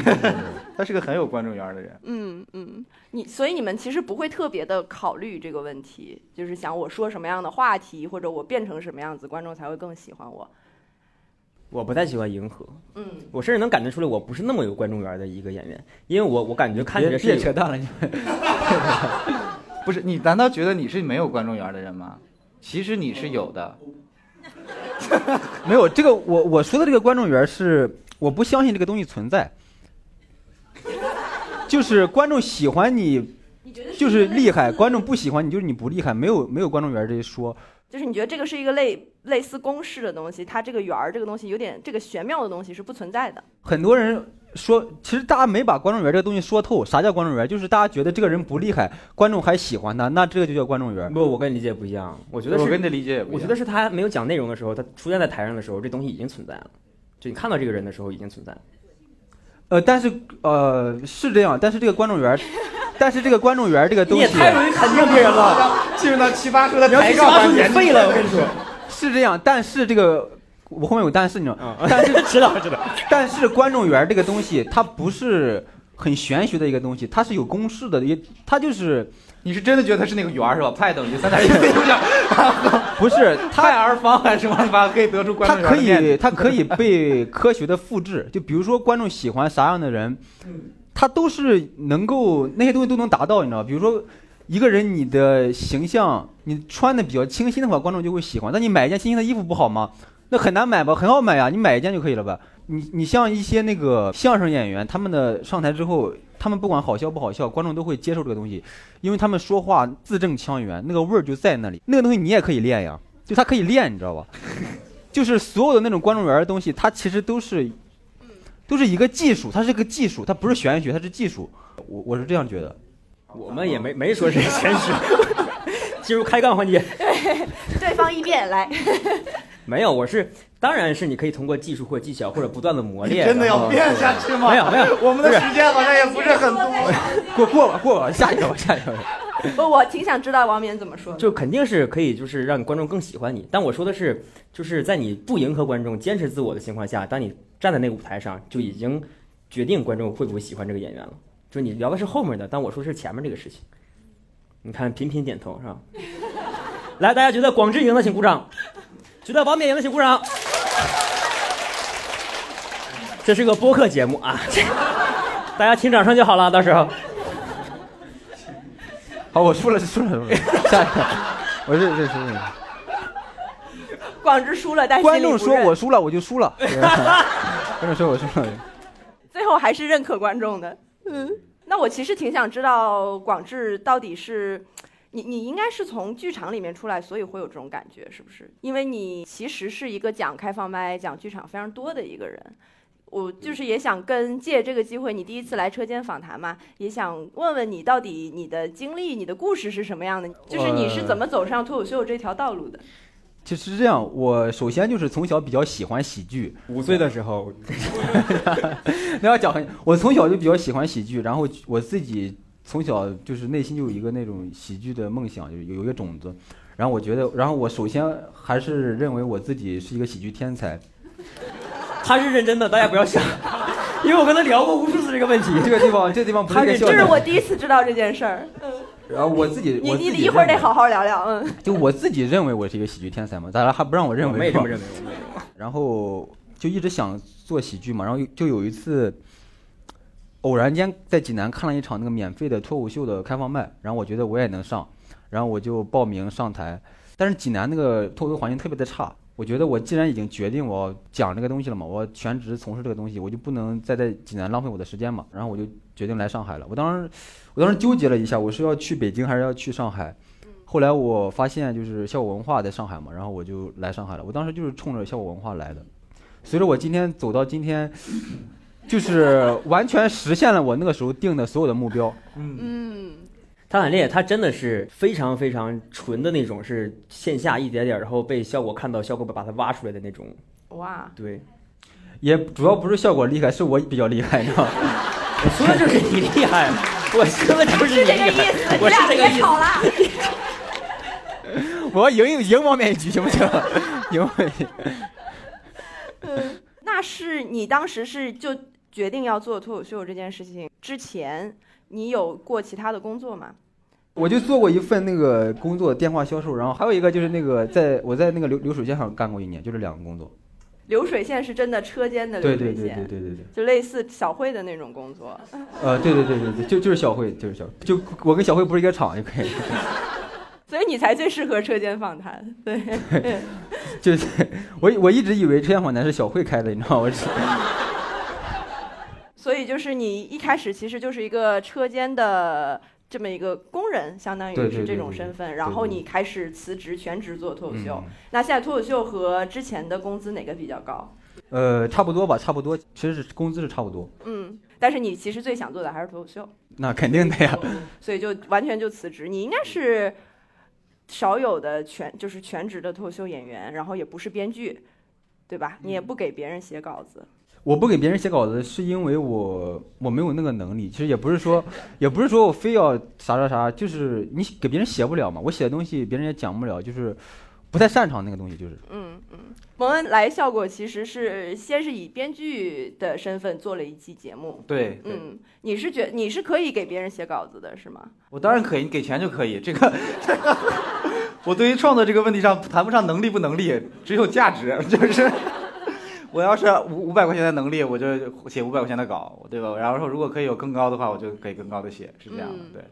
S2: 他是个很有观众缘的人。
S1: 嗯嗯，你所以你们其实不会特别的考虑这个问题，就是想我说什么样的话题，或者我变成什么样子，观众才会更喜欢我。
S3: 我不太喜欢迎合，
S1: 嗯，
S3: 我甚至能感觉出来，我不是那么有观众缘的一个演员，因为我我感觉看起来
S4: 别
S3: 是
S4: 别
S3: 有
S4: 扯淡了，你
S2: 不是你，难道觉得你是没有观众缘的人吗？其实你是有的。
S4: 没有这个，我我说的这个观众缘是我不相信这个东西存在，就是观众喜欢你，就是厉害；观众不喜欢你，就是你不厉害，没有没有观众缘这一说。
S1: 就是你觉得这个是一个类类似公式的东西，它这个圆儿这个东西有点这个玄妙的东西是不存 在的。
S4: 很多人说，其实大家没把观众缘这个东西说透。啥叫观众缘？就是大家觉得这个人不厉害，观众还喜欢他，那这个就叫观众缘。
S3: 不，我跟你理解不一样，我觉得
S2: 我
S3: 是
S2: 跟你的理解也不一样
S3: 我觉得是他没有讲内容的时候，他出现在台上的时候，这东西已经存在了。就你看到这个人的时候已经存在了。
S4: 呃，但是呃是这样，但是这个观众缘，但是这个观众缘这个东西
S3: 易肯定别人了，
S2: 进入到奇葩说的
S3: 你要
S2: 抬
S3: 是
S2: 杠
S3: 说
S2: 环
S3: 你
S2: 节，
S3: 废了，我跟你说。
S4: 是这样，但是这个我后面有但是你知道吗，
S3: 啊， 但是 知道知道，
S4: 但是观众缘这个东西，它不是很玄学的一个东西，它是有公式的，也它就是
S2: 你是真的觉得他是那个圆儿是吧？派等于三点一四有点
S4: 不是
S2: 派
S4: 它。
S2: 尔方还是王尔方可以得出观
S4: 它
S2: 众缘
S4: 可
S2: 的面积
S4: 以，它 可以被科学的复制。就比如说，观众喜欢啥样的人，他都是能够那些东西都能达到，你知道吧？比如说，一个人你的形象，你穿的比较清新的话，观众就会喜欢。那你买一件清新的衣服不好吗？那很难买吧？很好买啊呀，你买一件就可以了吧？你你像一些那个相声演员，他们的上台之后，他们不管好笑不好笑，观众都会接受这个东西，因为他们说话字正腔圆，那个味儿就在那里。那个东西你也可以练呀，就他可以练，你知道吧？就是所有的那种观众缘的东西，它其实都是，
S1: 嗯
S4: 都是一个技术，它是个技术，它不是玄学，它是技术。我我是这样觉得。
S3: 我们也没没说谁先是。 进入开杠环节，
S1: 对方一辩来，
S3: 没有，我是当然是你可以通过技术或技巧或者不断的磨
S2: 你
S3: 练，
S2: 真的要
S3: 然后
S2: 变下去吗？
S3: 没有没有
S2: 我们的时间好像也不是很多。
S4: 过过吧过吧，下一个吧下一个吧。
S1: 我我挺想知道王冕怎么说的。
S3: 就肯定是可以，就是让观众更喜欢你。但我说的是，就是在你不迎合观众、坚持自我的情况下，当你站在那个舞台上，就已经决定观众会不会喜欢这个演员了。就你聊的是后面的，但我说的是前面这个事情。你看，频频点头是吧？来，大家觉得广志赢的请鼓掌，觉得王冕赢的请鼓掌。这是个播客节目啊， 大家听掌声就好了，到时候。
S4: 好，我输了输了输 了，下一个。我是是是是，
S1: 广志输了，但
S4: 观
S1: 心里
S4: 众
S1: 不
S4: 说
S1: 认
S4: 我输了，我就输 了。对观众说我输了，
S1: 最后还是认可观众的。嗯，那我其实挺想知道广志到底是。你你应该是从剧场里面出来，所以会有这种感觉，是不是？因为你其实是一个讲开放麦、讲剧场非常多的一个人，我就是也想跟借这个机会，你第一次来车间访谈嘛，也想问问你到底你的经历、你的故事是什么样的？就是你是怎么走上脱口秀这条道路的？
S4: 其实是这样，我首先就是从小比较喜欢喜剧，
S3: 五岁的时候，
S4: 那要讲很，我从小就比较喜欢喜剧，然后我自己从小就是内心就有一个那种喜剧的梦想，有有一个种子。然后我觉得，然后我首先还是认为我自己是一个喜剧天才。
S3: 他是认真的，大家不要 想，因为我跟他聊过无数次这个问题。
S4: 这个地方，这个地方不是一个笑
S1: 这是
S4: 点。
S1: 我第一次知道这件事儿。
S4: 然后我自己，
S1: 你
S4: 我自
S1: 你
S4: 己
S1: 一会儿
S4: 认
S1: 得
S4: 为
S1: 好好聊聊，嗯，
S4: 就我自己认为我是一个喜剧天才嘛，大家还不让我认
S3: 我
S4: 为。
S3: 们也这么认为。我们
S4: 然后就一直想做喜剧嘛，然后就有一次偶然间在济南看了一场那个免费的脱口秀的开放麦，然后我觉得我也能上，然后我就报名上台，但是济南那个脱口秀环境特别的差。我觉得我既然已经决定我要讲这个东西了嘛，我要全职从事这个东西，我就不能再在济南浪费我的时间嘛。然后我就决定来上海了。我当时，我当时纠结了一下，我是要去北京还是要去上海？后来我发现就是效果文化在上海嘛，然后我就来上海了。我当时就是冲着效果文化来的。随着我今天走到今天，就是完全实现了我那个时候定的所有的目标。
S3: 他很厉害，他真的是非常非常纯的那种，是线下一点点，然后被效果看到，效果把他挖出来的那种。
S1: 哇，
S3: 对，
S4: 也主要不是效果厉害，是我比较厉害，你知道吗？
S3: 我说的就是你厉 害，我说的就是
S1: 是
S3: 你
S1: 这
S3: 厉
S1: 个意
S3: 害，
S1: 思，你
S3: 我是
S1: 俩
S3: 这个
S1: 别
S3: 意思。
S1: 吵了。
S4: 我要赢赢王面一局行不行？ 赢王面一局。
S1: 那是你当时是就决定要做脱口秀这件事情之前，你有过其他的工作吗？
S4: 我就做过一份那个工作，电话销售，然后还有一个就是那个在我在那个流流水线上干过一年，就是两个工作。
S1: 流水线是真的车间的
S4: 对
S1: 流
S4: 对
S1: 水
S4: 对对
S1: 线，
S4: 对对对。
S1: 就类似小慧的那种工作。
S4: 呃，对对对对对，就就是小慧，就是小慧，就我跟小慧不是一个厂就可以，
S1: 所以你才最适合车间访谈， 对，
S4: 就是我我一直以为车间访谈是小慧开的，你知道吗？我是
S1: 所以就是你一开始其实就是一个车间的这么一个工人，相当于
S4: 对对
S1: 是
S4: 对
S1: 这种
S4: 对
S1: 身份，
S4: 对
S1: 然后
S4: 对
S1: 你开始辞职全职做脱口秀。
S4: 嗯
S1: 那现在脱口秀和之前的工资哪个比较高？
S4: 呃，差不多吧，差不多，其实是工资是差不多，
S1: 嗯，但是你其实最想做的还是脱口秀，
S4: 那肯定的呀。
S1: 所以就完全就辞职。你应该是少有的全就是全职的脱口秀演员，然后也不是编剧，对吧？你也不给别人写稿子。
S4: 我不给别人写稿子，是因为我我没有那个能力。其实也不是说，也不是说我非要啥啥啥，就是你给别人写不了嘛。我写的东西别人也讲不了，就是不太擅长那个东西，就是
S1: 嗯嗯，蒙恩来效果其实是先是以编剧的身份做了一期节目。
S2: 对，对
S1: 嗯，你是觉你是可以给别人写稿子的是吗？
S2: 我当然可以，你给钱就可以。这个， 我对于创作这个问题上谈不上能力不能力，只有价值。就是我要是五五百块钱的能力，我就写五百块钱的稿，对吧？然后说如果可以有更高的话，我就给更高的写，是这样的。
S1: 嗯
S2: 对，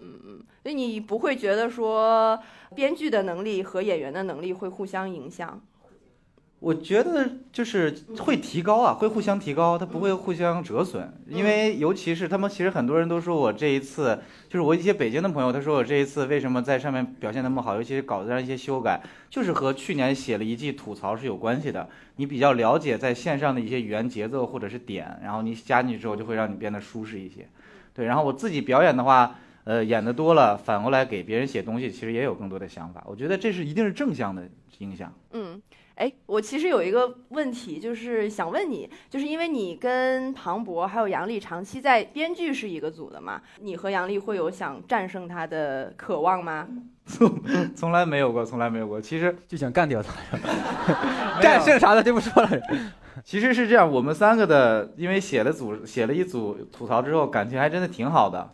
S1: 所以你不会觉得说编剧的能力和演员的能力会互相影响？
S2: 我觉得就是会提高啊，会互相提高，它不会互相折损。因为尤其是他们，其实很多人都说我这一次，就是我一些北京的朋友，他说我这一次为什么在上面表现那么好，尤其是稿子上一些修改，就是和去年写了一季吐槽是有关系的。你比较了解在线上的一些语言节奏或者是点，然后你加进去之后，就会让你变得舒适一些。对，然后我自己表演的话。呃，演的多了，反过来给别人写东西，其实也有更多的想法。我觉得这是一定是正向的影响。
S1: 嗯，哎，我其实有一个问题，就是想问你，就是因为你跟庞博还有杨笠长期在编剧是一个组的嘛，你和杨笠会有想战胜他的渴望吗？
S2: 从来没有过，从来没有过。其实
S4: 就想干掉他，
S2: 战
S4: 战
S2: 胜
S4: 胜啥的就不说了。
S2: 其实是这样，我们三个的，因为写了组写了一组吐槽之后，感情还真的挺好的。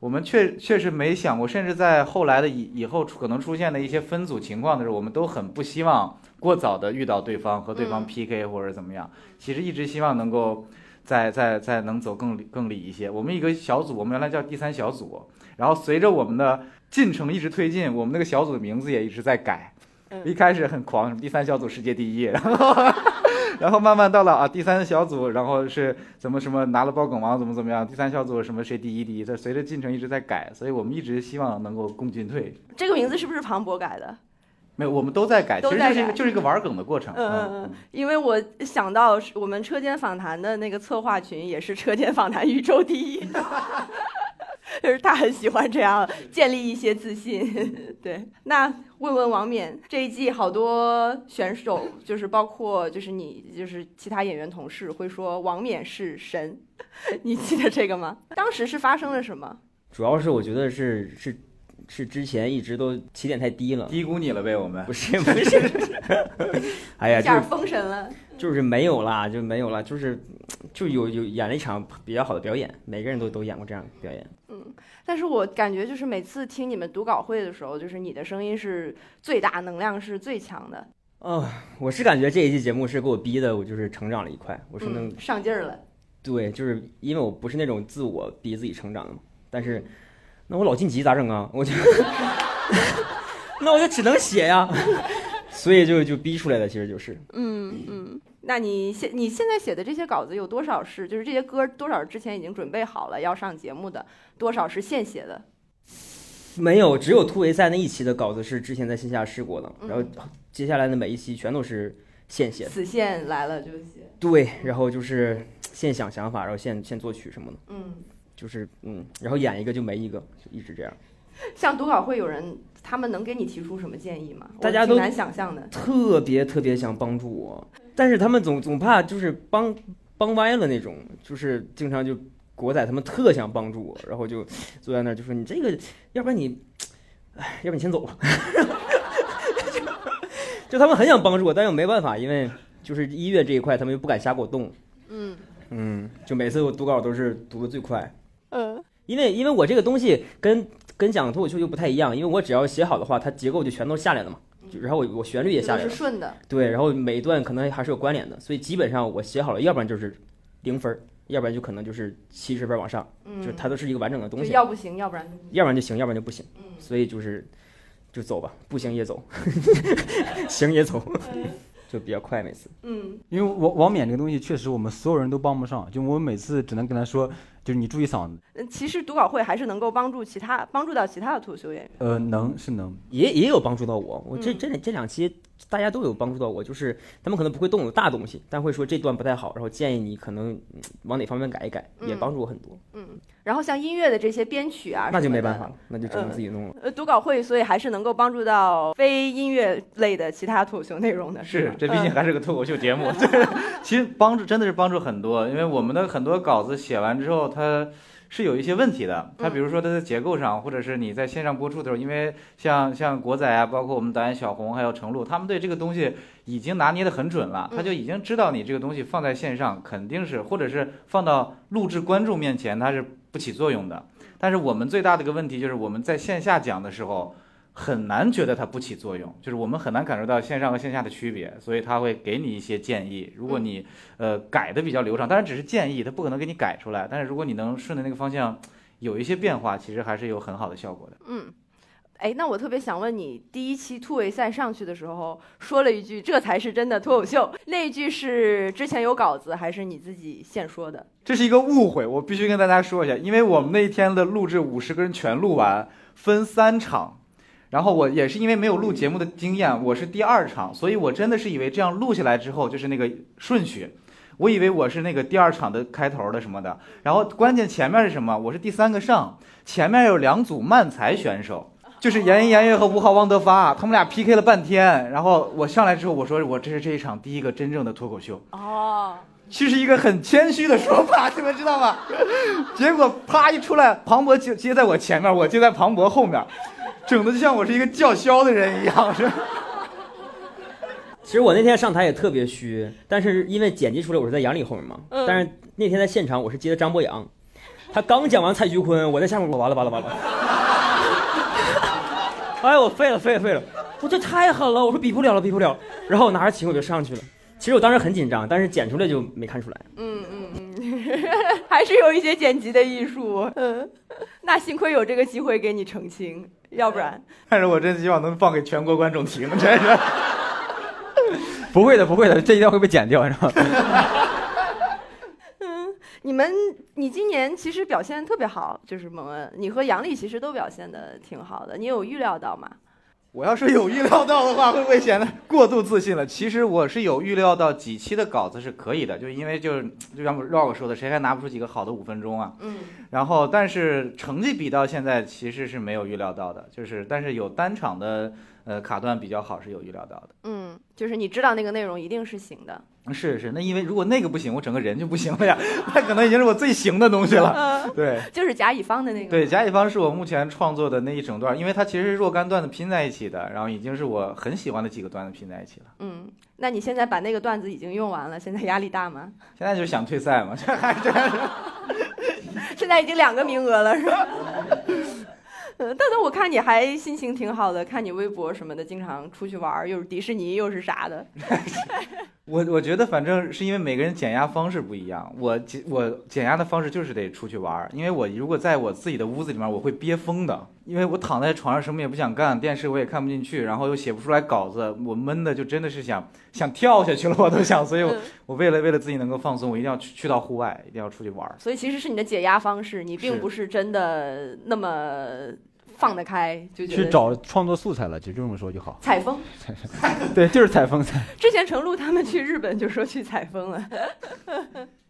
S2: 我们确确实没想过，甚至在后来的以以后可能出现的一些分组情况的时候，我们都很不希望过早的遇到对方和对方
S1: 嗯
S2: PK 或者怎么样。其实一直希望能够再再再能走更里更里一些。我们一个小组，我们原来叫第三小组，然后随着我们的进程一直推进，我们那个小组的名字也一直在改
S1: 嗯。
S2: 一开始很狂，什么第三小组世界第一，然后然后慢慢到了啊第三小组，然后是怎么什么拿了爆梗王怎么怎么样，第三小组什么谁第一第一，这随着进程一直在改，所以我们一直希望能够共进退。
S1: 这个名字是不是庞博改的？
S2: 没有，我们都在改，其
S1: 都
S2: 实
S1: 在
S2: 就是一个
S1: 改
S2: 就是一个玩梗的过程。
S1: 嗯嗯嗯，因为我想到是我们车间访谈的那个策划群也是车间访谈宇宙第 一，就是他很喜欢这样建立一些自
S3: 嗯
S1: 信。 对，那问问王冕，这一季好多选手，就是包括就是你就是其他演员同事会说王冕是神， 你记得这个吗？当时是发生了什么？
S3: 主要是我觉得是是是之前一直都起点太低了，
S2: 低估你了呗，我们
S3: 不是不 是，哎呀，
S1: 一
S3: 就
S1: 下
S3: 是
S1: 封神了，
S3: 就是没有啦，就没有啦，就是就有有演了一场比较好的表演，每个人都都演过这样的表演。
S1: 但是我感觉就是每次听你们读稿会的时候，就是你的声音是最大，能量是最强的。
S3: 哦，我是感觉这一期节目是给我逼的，我就是成长了一块，我是能、
S1: 嗯、上劲儿了。
S3: 对，就是因为我不是那种自我逼自己成长的嘛，但是那我老晋级咋整啊？我就 那我就只能写呀， 所以就就逼出来的，其实就是
S1: 嗯嗯，那你现你现在写的这些稿子有多少是就是这些歌多少之前已经准备好了要上节目的，多少是现写的？
S3: 没有，只有突围赛那一期的稿子是之前在线下试过的，
S1: 嗯
S3: 然后接下来的每一期全都是现写的，
S1: 死线来了就写。
S3: 对，然后就是现想想法，然后现现作曲什么的，
S1: 嗯，
S3: 就是嗯，然后演一个就没一个，就一直这样。
S1: 像读稿会有人，他们能给你提出什么建议吗？
S3: 大家
S1: 我挺
S3: 都
S1: 难想象的。
S3: 特别特别想帮助我，但是他们总总怕就是帮帮歪了那种，就是经常就国仔他们特想帮助我，然后就坐在那儿就说你这个，要不然你，哎，要不然你先走吧。 就就他们很想帮助我，但又没办法，因为就是音乐这一块他们又不敢瞎给我动，
S1: 嗯
S3: 嗯，就每次我读稿都是读的最快，
S1: 呃
S3: 因为因为我这个东西跟跟讲脱口秀就不太一样，因为我只要写好的话，它结构就全都下来了嘛，就然后我我旋律也下来
S1: 是
S3: 了。
S1: 顺的。
S3: 对，然后每一段可能还是有关联的，所以基本上我写好了，要不然就是零分儿，要不然就可能就是七十分儿往上，
S1: 嗯，
S3: 就是它都是一个完整的
S1: 就
S3: 东西，
S1: 要不行，要不然
S3: 要不然就行，要不然就不行
S1: 嗯，
S3: 所以就是就走吧，不行也走， 行也走，就比较快每次。
S1: 嗯
S4: 因为王王冕这个东西，确实我们所有人都帮不上，就我们每次只能跟他说，就是你注意嗓子，
S1: 呃，其实读稿会还是能够帮助其他帮助到其他的脱口秀演员。
S4: 呃，能是能，
S3: 也也有帮助到我，我这
S1: 嗯
S3: 这这两期大家都有帮助到我，就是他们可能不会动有大东西，但会说这段不太好，然后建议你可能嗯往哪方面改一改，也
S1: 嗯
S3: 帮助我很多。
S1: 嗯，然后像音乐的这些编曲啊，
S3: 那就没办法。了，那就只能
S1: 嗯
S3: 自己弄了。
S1: 呃，读稿会，所以还是能够帮助到非音乐类的其他脱口秀内容的，嗯
S2: 是
S1: 吗，
S2: 这毕竟还是个脱口秀节目， 对，其实帮助真的是帮助很多，因为我们的很多稿子写完之后，它是有一些问题的，它
S1: 嗯
S2: 比如说它的结构上，或者是你在线上播出的时候，因为像像国仔啊，包括我们导演小红还有程璐，他们对这个东西已经拿捏的很准了，
S1: 嗯
S2: 他就已经知道你这个东西放在线上肯定是，或者是放到录制观众面前，它是不起作用的。但是我们最大的一个问题就是我们在线下讲的时候，很难觉得它不起作用，就是我们很难感受到线上和线下的区别，所以他会给你一些建议。如果你呃改的比较流畅，当然只是建议，他不可能给你改出来。但是如果你能顺着那个方向有一些变化，其实还是有很好的效果的。
S1: 嗯。哎，那我特别想问你，第一期突围赛上去的时候说了一句“这才是真的脱口秀”，那一句是之前有稿子还是你自己现说的？
S2: 这是一个误会，我必须跟大家说一下，因为我们那一天的录制五十个人全录完，分三场，然后我也是因为没有录节目的经验，我是第二场，所以我真的是以为这样录下来之后就是那个顺序，我以为我是那个第二场的开头的什么的，然后关键前面是什么？我是第三个上，前面有两组慢才选手。就是严一、严悦和吴昊、汪德发，他们俩 PK 了半天。然后我上来之后，我说我这是这一场第一个真正的脱口秀。
S1: 哦，
S2: 这是一个很谦虚的说法，你们知道吗？结果啪一出来，庞博接接在我前面，我接在庞博后面，整的就像我是一个叫嚣的人一样。是吧
S3: 其实我那天上台也特别虚，但是因为剪辑出来我是在杨里后面嘛，
S1: 嗯
S3: 但是那天在现场我是接的张博洋，他刚讲完蔡徐坤，我在下面我完了完了完了， 哎我废了废了废了，我这太狠了，我说比不了了比不了，然后我拿着琴我就上去了。其实我当时很紧张，但是剪出来就没看出来。
S1: 嗯嗯嗯， 还是有一些剪辑的艺术。嗯， 那幸亏有这个机会给你澄清，要不然
S2: 但是我真希望能放给全国观众听，真是。
S4: 不会的，不会的，这一段会被剪掉，你知道吗？
S1: 你们你今年其实表现特别好，就是蒙恩，你和杨丽其实都表现的挺好的，你有预料到吗？
S2: 我要是有预料到的话，会不会显得过度自信了？其实我是有预料到几期的稿子是可以的，就是因为就是就像绕我说的，谁还拿不出几个好的五分钟啊？
S1: 嗯，
S2: 然后，但是成绩比到现在其实是没有预料到的，就是但是有单场的呃卡段比较好是有预料到的。
S1: 嗯，就是你知道那个内容一定是行的。
S2: 是是，那因为如果那个不行，我整个人就不行了呀，那可能已经是我最行的东西了。
S1: 嗯，
S2: 对
S1: 就是甲乙方的那个。
S2: 对，甲乙方是我目前创作的那一整段，因为它其实是若干段子拼在一起的，然后已经是我很喜欢的几个段子拼在一起了。
S1: 嗯，那你现在把那个段子已经用完了，现在压力大吗？
S2: 现在就是想退赛嘛，这还这还
S1: 现在已经两个名额了，是吧？ 嗯，豆豆，我看你还心情挺好的，看你微博什么的，经常出去玩儿，又是迪士尼，又是啥的。
S2: 我我觉得反正是因为每个人减压方式不一样，我减我减压的方式就是得出去玩儿，因为我如果在我自己的屋子里面，我会憋疯的，因为我躺在床上什么也不想干，电视我也看不进去，然后又写不出来稿子，我闷的就真的是想想跳下去了，我都想，所以我
S1: 嗯
S2: 我为了为了自己能够放松，我一定要去去到户外，一定要出去玩儿。
S1: 所以其实是你的解压方式，你并
S2: 是
S1: 不是真的那么放得开，就觉
S4: 去
S1: 得
S4: 找创作素材了，就这么说就好。
S1: 采风。
S4: 对，就是采风采。
S1: 之前程璐他们去日本就说去采风了，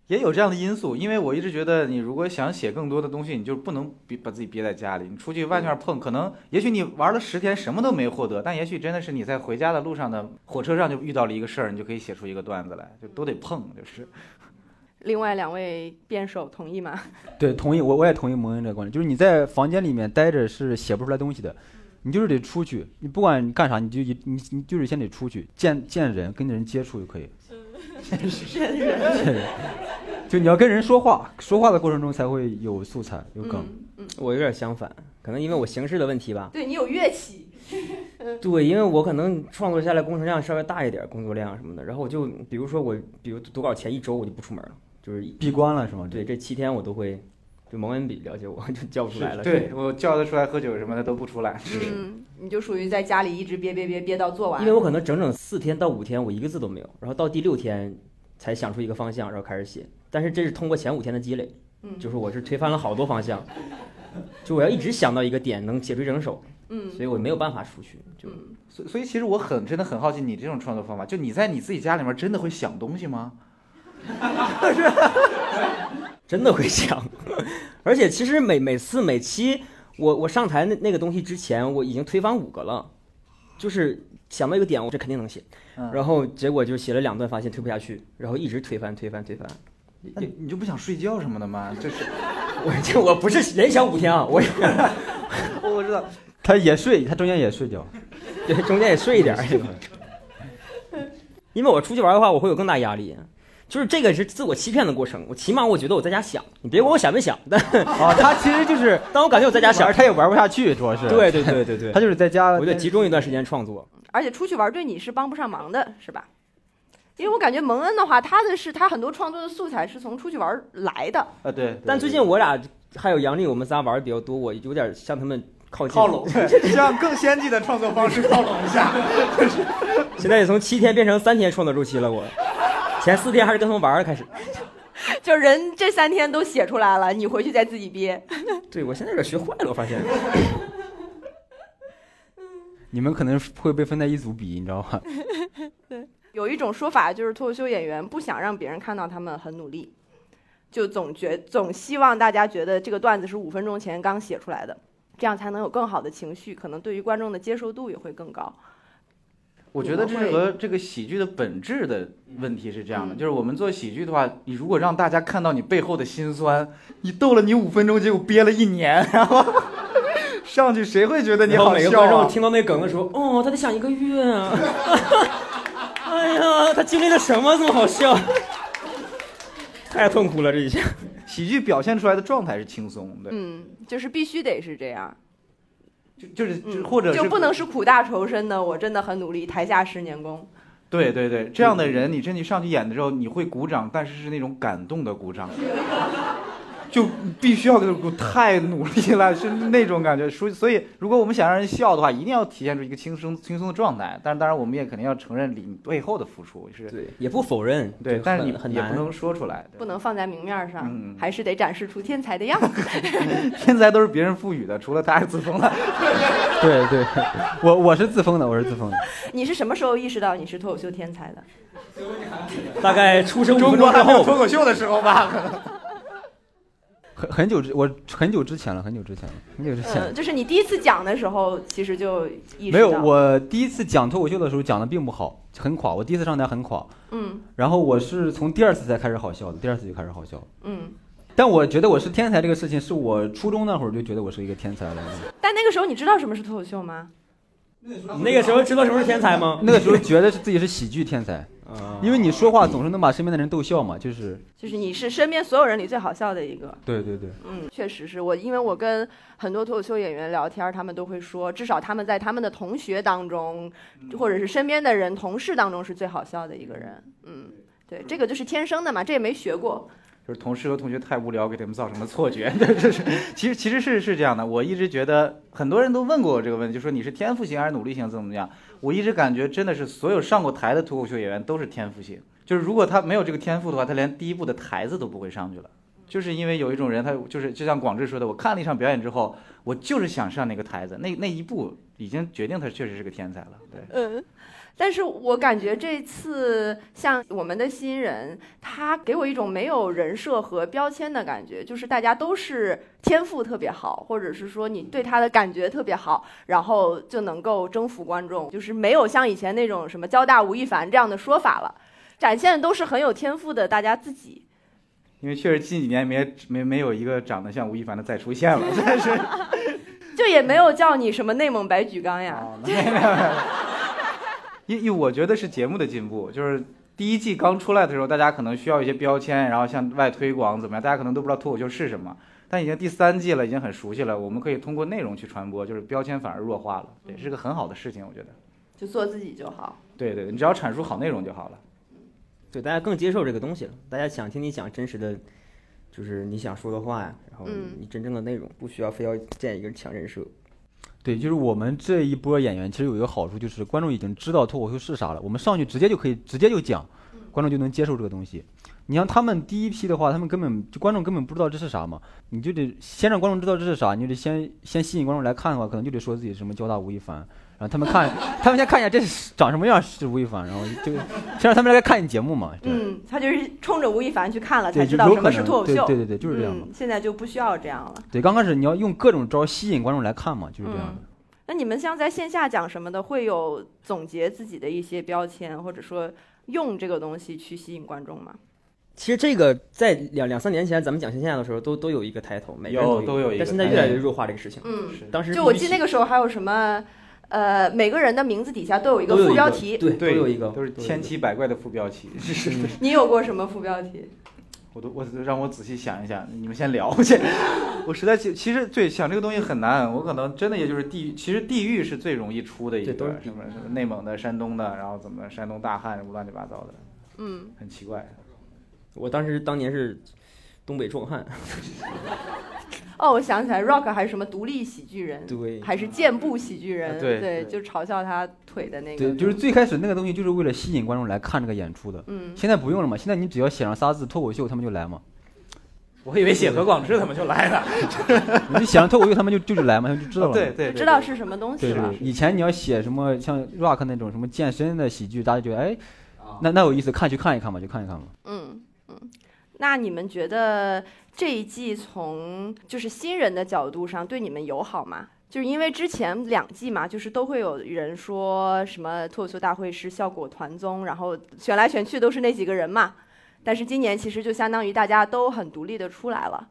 S2: 也有这样的因素，因为我一直觉得，你如果想写更多的东西，你就不能憋把自己憋在家里，你出去外面碰，可能也许你玩了十天什么都没获得，但也许真的是你在回家的路上的火车上就遇到了一个事儿，你就可以写出一个段子来，就都得碰，就是
S1: 另外两位辩手同意吗？
S4: 对，同意，我我也同意蒙恩这个观点，就是你在房间里面待着是写不出来东西的，你就是得出去，你不管你干啥，你就一你你就是先得出去见见人，跟人接触就可以。见人， 就你要跟人说话，说话的过程中才会有素材，有梗。
S1: 嗯嗯，
S3: 我有点相反，可能因为我形式的问题吧。
S1: 对你有乐器，
S3: 对，因为我可能创作下来工程量稍微大一点，工作量什么的。然后我就比如说我，比如读稿前一周我就不出门了，就是
S4: 闭关了是吗？
S3: 对这七天我都会，就蒙恩比了解我 就叫不出来了。
S2: 对我叫得出来喝酒什么的都不出来，
S1: 嗯，你就属于在家里一直憋憋憋憋到做完，
S3: 因为我可能整整四天到五天我一个字都没有，然后到第六天才想出一个方向，然后开始写。但是这是通过前五天的积累，
S1: 嗯
S3: 就是我是推翻了好多方向，就我要一直想到一个点能写出一整首，
S1: 嗯
S3: 所以我没有办法出去。就
S1: 嗯，
S2: 所以所以其实我很真的很好奇你这种创作方法，就你在你自己家里面真的会想东西吗？
S3: 真的会想， 而且其实每每次每期我我上台那那个东西之前，我已经推翻五个了，就是想到一个点，我这肯定能写，
S2: 嗯
S3: 然后结果就写了两段，发现推不下去，然后一直推翻推翻推翻。
S2: 那你你就不想睡觉什么的吗？这是
S3: 我这我不是人想五天啊，我也
S2: 我知道，
S4: 他也睡，他中间也睡觉。
S3: 对中间也睡一点儿， 因为我出去玩的话，我会有更大压力。就是这个是自我欺骗的过程，我起码我觉得我在家想，你别管我想没想，但
S4: 啊，他其实就是
S3: 当我感觉我在家
S4: 小
S3: 想
S4: 孩，，他也玩不下去，主要是。
S3: 对对对对对，
S4: 他就是在家，
S3: 我得集中一段时间创作。
S1: 而且出去玩对你是帮不上忙的，是吧？因为我感觉蒙恩的话，他的是他很多创作的素材是从出去玩来的，
S2: 啊对，
S3: 但最近我俩还有杨丽，我们仨玩的比较多，我有点向他们靠近。
S2: 靠拢， 这样更先进的创作方式靠拢一下。
S3: 现在也从七天变成三天创作周期了。 我前四天还是跟他们玩儿开始。
S1: 就人这三天都写出来了，你回去再自己憋。
S3: 对我现在有点学坏了，我发现。
S4: 你们可能会被分在一组比，你知道吗？
S1: 有一种说法就是，脱口秀演员不想让别人看到他们很努力，就总觉总希望大家觉得这个段子是五分钟前刚写出来的，这样才能有更好的情绪，可能对于观众的接受度也会更高。
S2: 我觉得这是
S1: 我
S2: 和这个喜剧的本质的问题是这样的，
S1: 嗯
S2: 就是我们做喜剧的话，你如果让大家看到你背后的辛酸，你逗了你五分钟，结果憋了一年，然后上去谁会觉得你
S3: 然后
S2: 好
S3: 每个
S2: 笑
S3: 观众
S2: 啊？
S3: 听到那梗的时候，哦，他得想一个月啊。 哎呀，他经历了什么这么好笑？太痛苦了，这一下。
S2: 喜剧表现出来的状态是轻松的，
S1: 嗯，就是必须得是这样，
S2: 就就是就
S1: 嗯，
S2: 或者是
S1: 就不能是苦大仇深的，我真的很努力，台下十年功。
S2: 对对对，这样 的人你真的上去演的时候，你会鼓掌，但是是那种感动的鼓掌。就必须要给我太努力了，是那种感觉。所以，所以如果我们想让人笑的话，一定要体现出一个轻松轻松的状态。但是，当然我们也肯定要承认你背后的付出是
S3: 对，也不否认，
S2: 对，
S3: 就
S2: 但是
S3: 很
S2: 你
S3: 很
S2: 也不
S3: 难。
S2: 能说出来。对
S1: 不能放在明面上，
S2: 嗯
S1: 还是得展示出天才的样子。
S2: 天才都是别人赋予的，除了他是自封的。
S4: 对对， 我我是自封的，我是自封的。
S1: 你是什么时候意识到你是脱口秀天才的？
S3: 大概出生 五
S2: 中国
S3: 分钟之
S2: 还没有脱
S3: 后，
S2: 口秀的时候吧，可能
S4: 很很久之，我很久之前了，很久之前了，很久之前
S1: 呃，
S4: 了。
S1: 就是你第一次讲的时候，其实就意识到
S4: 没有，我第一次讲脱口秀的时候讲的并不好，很垮。我第一次上台很垮，
S1: 嗯
S4: 然后我是从第二次才开始好笑的，第二次就开始好笑。
S1: 嗯，
S4: 但我觉得我是天才这个事情，是我初中那会儿就觉得我是一个天才了。
S1: 但那个时候你知道什么是脱口秀吗？
S3: 你那个时候知道什么是天才吗？
S4: 那个时候觉得是自己是喜剧天 才，
S3: 啊
S4: 因为你说话总是能把身边的人逗笑嘛，就是
S1: 就是你是身边所有人里最好笑的一个。
S4: 对对对，
S1: 嗯，确实是我，因为我跟很多脱口秀演员聊天儿，他们都会说，至少他们在他们的同学当中，或者是身边的人、同事当中是最好笑的一个人。嗯，对，这个就是天生的嘛，这也没学过。
S2: 就是同事和同学太无聊，给他们造成了错觉。 对，这是其实其实是是这样的。我一直觉得很多人都问过我这个问题，就说你是天赋型还是努力型，怎么怎么样？我一直感觉真的是所有上过台的脱口秀演员都是天赋型，就是如果他没有这个天赋的话，他连第一步的台子都不会上去了。就是因为有一种人，他就是就像广志说的，我看了一场表演之后，我就是想上那个台子，那那一步已经决定他确实是个天才了。对，
S1: 嗯，但是我感觉这次像我们的新人，他给我一种没有人设和标签的感觉，就是大家都是天赋特别好，或者是说你对他的感觉特别好，然后就能够征服观众，就是没有像以前那种什么交大吴亦凡这样的说法了，展现的都是很有天赋的大家自己。
S2: 因为确实近几年没没没有一个长得像吴亦凡的再出现了， 但是。
S1: 就也没有叫你什么内蒙白举纲呀，
S2: 哦，没有没有没有因因为我觉得是节目的进步，就是第一季刚出来的时候，大家可能需要一些标签，然后向外推广怎么样，大家可能都不知道脱口秀是什么。但已经第三季了，已经很熟悉了，我们可以通过内容去传播，就是标签反而弱化了，对，是个很好的事情，我觉得。
S1: 就做自己就好。
S2: 对对，对你只要阐述好内容就好了。
S3: 对大家更接受这个东西了，大家想听你讲真实的，就是你想说的话呀，然后
S1: 嗯
S3: 你真正的内容，不需要非要建一个强人设。
S4: 对，就是我们这一波演员，其实有一个好处就是观众已经知道脱口秀是啥了，我们上去直接就可以直接就讲，
S1: 嗯
S4: 观众就能接受这个东西。你像他们第一批的话，他们根本就观众根本不知道这是啥嘛，你就得先让观众知道这是啥，你就得先先吸引观众来看的话，可能就得说自己什么交大吴亦凡，然后他 们看，他们先看一下这是长什么样是吴亦凡，然后就先让他们来看你节目嘛，对
S1: 嗯，他就是冲着吴亦凡去看了，才
S4: 对，
S1: 知
S4: 就
S1: 道
S4: 有
S1: 什
S4: 可
S1: 么是
S4: 能，
S1: 脱口
S4: 对
S1: 秀。
S4: 对对对，就是这样嘛。
S1: 嗯，现在就不需要这样了。
S4: 对，刚开始你要用各种招吸引观众来看嘛，就是这样的。
S1: 嗯那你们像在线下讲什么的，会有总结自己的一些标签，或者说用这个东西去吸引观众吗？
S3: 其实这个在两两三年前咱们讲线下的时候，都都有一个抬头，每个人
S2: 有
S3: 一
S2: 都有一个
S3: 但现在越来越弱化这个事情。
S1: 嗯，
S2: 是
S3: 当时
S1: 就我记得那
S3: 个
S1: 个时候还有什么，呃，每个人的名字底下都有一个
S3: 都有一
S1: 副
S3: 个
S1: 标题，
S3: 对
S2: 对，
S3: 都有一个嗯
S2: 都是
S3: 都有一
S2: 千
S3: 个
S2: 奇百怪的副标题。 是是，
S1: 你有过什么副标题？
S2: 我都我让我仔细想一想，你们先聊我先，我实在其其实对想这个东西很难，我可能真的也就是地域，其实地域是最容易出的一个，
S3: 对都是
S2: 什么什么内蒙的、山东的，然后怎么山东大汉什么乱七八糟的，
S1: 嗯，
S2: 很奇怪。
S3: 我当时当年是东北壮汉，
S1: 哦，我想起来，Rock 还是什么独立喜剧人，
S3: 对
S1: 还是健步喜剧人，
S2: 啊对对
S1: 就嘲笑他腿的那个，
S4: 对，就是最开始那个东西就是为了吸引观众来看这个演出的。
S1: 嗯，
S4: 现在不用了嘛，现在你只要写上仨字脱口秀，他们就来嘛。
S2: 我以为写何广智他们就来了，
S4: 你就写上脱口秀，他们就就是来嘛，他们就知道了 嘛。
S2: 对对，
S1: 就
S2: 对
S1: 知道是什么东西
S4: 对
S1: 了
S4: 对。。以前你要写什么像 rock 那种什么健身的喜剧，大家觉得哎，那那有意思，看去看一看嘛，就看一看嘛。
S1: 嗯，嗯，那你们觉得这一季从就是新人的角度上对你们友好吗？就是因为之前两季嘛，就是都会有人说什么脱口秀大会是效果团综，然后选来选去都是那几个人嘛。但是今年其实就相当于大家都很独立的出来了，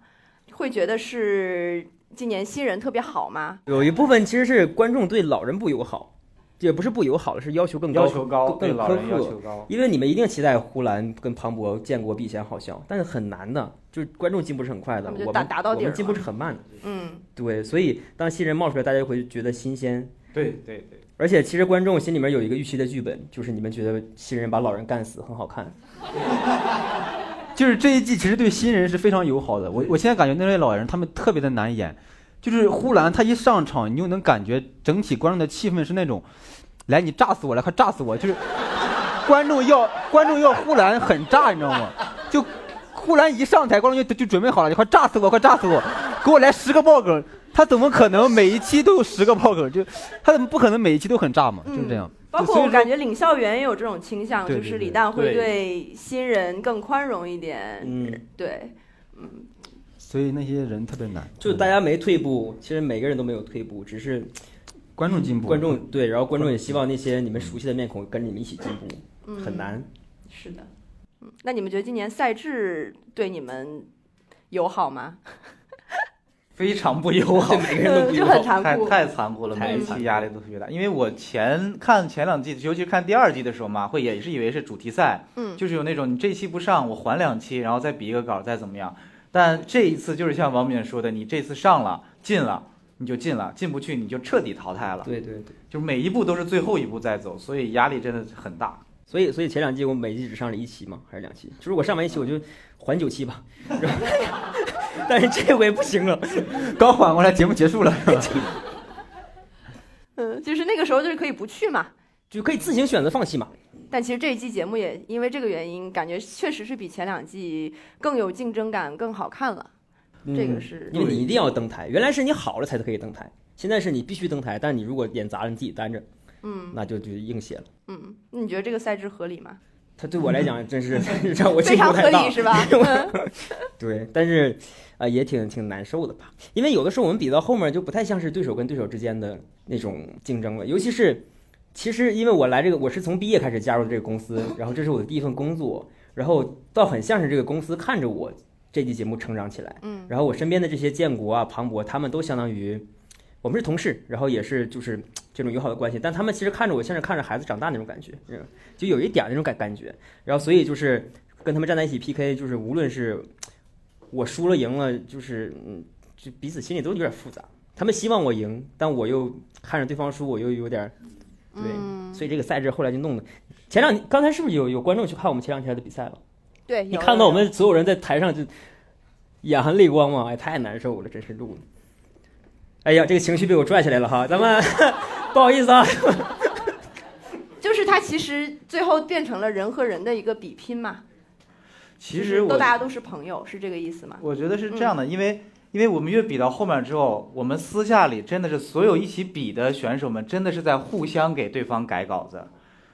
S1: 会觉得是今年新人特别好吗？
S3: 有一部分其实是观众对老人不友好，也不是不友好，是要求更高，
S2: 要求高，对
S3: 更
S2: 老人要
S3: 苛刻
S2: 求高。
S3: 因为你们一定期待呼兰跟庞博、建国比以前好笑，但是很难的，就是观众进步是很快的，
S1: 他们就
S3: 我
S1: 打
S3: 们
S1: 打到底
S3: 我
S1: 儿
S3: 们
S1: 了
S3: 进步是很慢的。
S1: 嗯
S3: 对，所以当新人冒出来，大家会觉得新鲜。
S2: 对对对，
S3: 而且其实观众心里面有一个预期的剧本，就是你们觉得新人把老人干死很好看，
S4: 就是这一季其实对新人是非常友好的。我我现在感觉那些老人他们特别的难演，就是呼兰他一上场，你就能感觉整体观众的气氛是那种，来你炸死我，来快炸死我，就是观众要观众要呼兰很炸，你知道吗？就呼兰一上台，观众就就准备好了，你快炸死我，快炸死我，给我来十个爆梗。他怎么可能每一期都有十个爆梗？就他怎么不可能每一期都很炸嘛？就是这样。
S3: 嗯
S1: 包
S4: 就
S1: 括
S4: 所以
S1: 我
S4: 说
S1: 感觉领校园也有这种倾向，
S4: 对对
S1: 就是
S4: 对
S1: 李诞会
S3: 对
S1: 对新人更宽容一点。
S3: 嗯，
S1: 对，
S4: 所以那些人特别难，
S3: 就大家没退步，其实每个人都没有退步，只是
S4: 观众进步，
S3: 观众对，然后观众也希望那些你们熟悉的面孔跟着你们一起进
S1: 嗯
S3: 步，很难。
S1: 是的。嗯，那你们觉得今年赛制对你们友好吗？
S2: 非常不友好，
S3: 每个人都不一
S1: 就
S3: 样
S1: 很残
S2: 太
S1: 酷。
S2: 太残酷了，
S3: 太
S2: 每一
S3: 残
S2: 期压力都特别大。因为我前看前两季，尤其是看第二季的时候嘛，会也是以为是主题赛，
S1: 嗯
S2: 就是有那种你这期不上，我缓两期，然后再比一个稿，再怎么样。但这一次就是像王敏说的，你这次上了进了，你就进了，进不去你就彻底淘汰了，
S3: 对对对，
S2: 就每一步都是最后一步在走，所以压力真的很大。
S3: 所以所以前两季我每季只上了一期嘛，还是两期？就是我上完一期我就缓九期吧， 然后但是这回不行了。
S4: 刚缓过来，节目结束了是吧？
S1: 嗯，就是那个时候就是可以不去嘛。
S3: 就可以自行选择放弃嘛。
S1: 但其实这一季节目也因为这个原因，感觉确实是比前两季更有竞争感，更好看了。这个是
S3: 嗯因为你一定要登台，原来是你好了才可以登台，现在是你必须登台，但你如果演砸了，你自己担着，嗯，那就就硬写了。
S1: 嗯，那你觉得这个赛制合理吗？
S3: 他对我来讲，真是 让我
S1: 非
S3: 进
S1: 常
S3: 步
S1: 合
S3: 太大
S1: 理。是吧？ 嗯
S3: 对，但是啊、呃也挺挺难受的吧，因为有的时候我们比到后面就不太像是对手跟对手之间的那种竞争了，尤其是其实因为我来这个，我是从毕业开始加入这个公司，然后这是我的第一份工作，然后倒很像是这个公司看着我这期节目成长起来，
S1: 嗯，
S3: 然后我身边的这些建国啊、庞博，他们都相当于我们是同事，然后也是就是这种友好的关系，但他们其实看着我像是看着孩子长大那种感觉，嗯，就有一点儿那种感感觉，然后所以就是跟他们站在一起 PK，就是无论是我输了赢了，就是嗯，就彼此心里都有点复杂。他们希望我赢，但我又看着对方输，我又有点儿对，
S1: 嗯
S3: 所以这个赛制后来就弄的。前两刚才是不是有有观众去看我们前两天的比赛了？
S1: 对，
S3: 你
S1: 有
S3: 看
S1: 有
S3: 到我
S1: 有
S3: 们所有人在台上就眼含泪光吗？哎，太难受了，真是录的。哎呀，这个情绪被我拽起来了哈，咱们不好意思啊。
S1: 就是它其实最后变成了人和人的一个比拼嘛。
S2: 其
S1: 就
S2: 实
S1: 是
S2: 我
S1: 都大家都是朋友，是这个意思吗？
S2: 我觉得是这样的，因为因为我们越比到后面之后，我们私下里真的是所有一起比的选手们，真的是在互相给对方改稿子，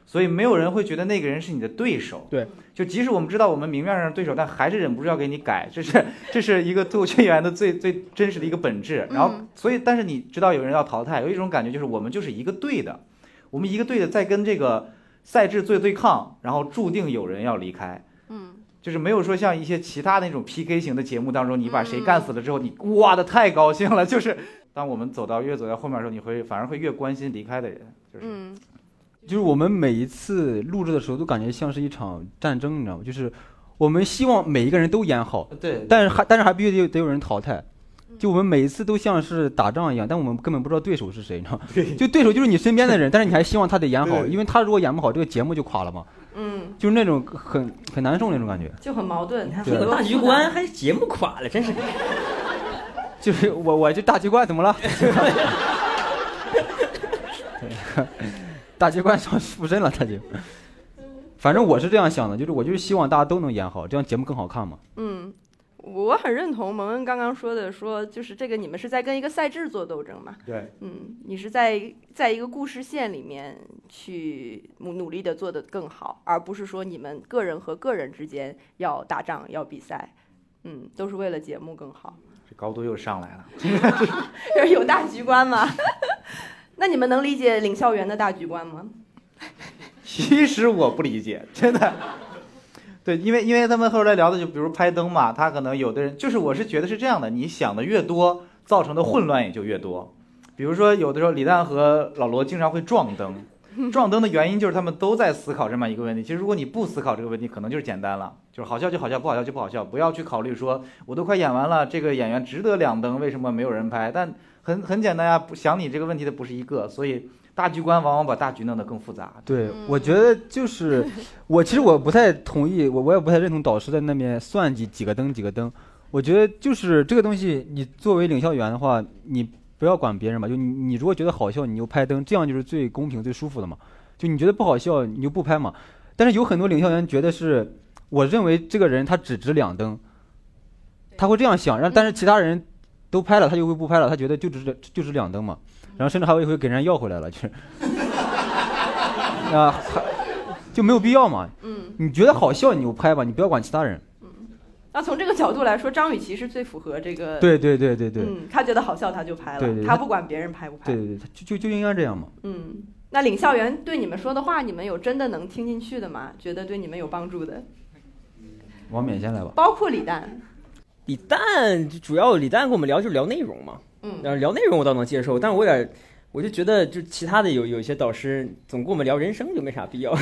S2: 所以没有人会觉得那个人是你的对手。
S3: 对，
S2: 就即使我们知道我们明面上是对手，但还是忍不住要给你改，这是这是一个脱口秀演员的最最真实的一个本质。然后
S1: 嗯，
S2: 所以但是你知道有人要淘汰，有一种感觉就是我们就是一个队的，我们一个队的在跟这个赛制做对抗，然后注定有人要离开。
S1: 嗯，
S2: 就是没有说像一些其他那种 PK 型的节目当中，你把谁干死了之后，你哇的太高兴了。就是当我们走到越走到后面的时候，你会反而会越关心离开的人。就是
S1: 嗯，
S4: 就是我们每一次录制的时候，都感觉像是一场战争，你知道吗？就是我们希望每一个人都演好，
S2: 对
S4: 但是还但是还必须得有得有人淘汰。就我们每一次都像是打仗一样，但我们根本不知道对手是谁，你知 道吗？就对手就是你身边的人，但是你还希望他得演好，
S2: 对
S4: 因为他如果演不好，这个节目就垮了嘛。
S1: 嗯，
S4: 就是那种很很难受那种感觉。
S1: 就很矛盾。他
S4: 对
S3: 这个大局观还节目垮了，真是。
S4: 就是我我这大局观怎么了？ 大局观上附身了，他就。反正我是这样想的，就是我就是希望大家都能演好，这样节目更好看嘛。
S1: 嗯，我很认同萌萌刚刚说的，说就是这个你们是在跟一个赛制做斗争嘛？
S2: 对，
S1: 嗯，你是在在一个故事线里面去努努力的做得更好，而不是说你们个人和个人之间要打仗要比赛。嗯，都是为了节目更好，
S2: 这高度又上来了。
S1: 就是有大局观嘛。 那你们能理解领校园的大局观吗？
S2: 其实我不理解， 真的。对，因为因为他们后来聊的，就比如拍灯嘛，他可能有的人就是我是觉得是这样的，你想的越多，造成的混乱也就越多。比如说，有的时候李诞和老罗经常会撞灯，撞灯的原因就是他们都在思考这么一个问题。其实如果你不思考这个问题，可能就是简单了，就是好笑就好笑，不好笑就不好笑，不要去考虑说我都快演完了，这个演啊员值得两灯，为什么没有人拍？但很很简单呀、不想你这个问题的不是一个，所以大局观往往把大局弄得更复杂。
S4: 对，我
S1: 嗯
S4: 觉得就是我，其实我不太同意，我我也不太认同导师在那边算计几个灯几个灯。我觉得就是这个东西，你作为领笑员的话，你不要管别人嘛，就你你如果觉得好笑，你就拍灯，这样就是最公平最舒服的嘛。就你觉得不好笑，你就不拍嘛。但是有很多领笑员觉得是，我认为这个人他只值两灯，他会这样想，让但是其他人都拍了，他就会不拍了，他觉得就值就值两灯嘛。然后甚至还有一回给人家要回来了，就是。啊，还就没有必要嘛。
S1: 嗯，
S4: 你觉得好笑你就拍吧，你不要管其他人。
S1: 那从这个角度来说，张雨绮是最符合这个。，
S4: 对对对对对、
S1: 嗯，她觉得好笑，她就拍了，
S4: 对对
S1: 她不管别人拍不拍。
S4: 对对对，就就就应该这样嘛。
S1: 嗯，那领校园对你们说的话，你们有真的能听进去的吗？觉得对你们有帮助的，
S4: 王冕先来吧。
S1: 包括李诞。
S3: 李诞主要李诞跟我们聊就是聊内容嘛，
S1: 嗯，
S3: 然后聊内容我倒能接受，但是我有点，我就觉得就其他的有有一些导师总跟我们聊人生就没啥必要。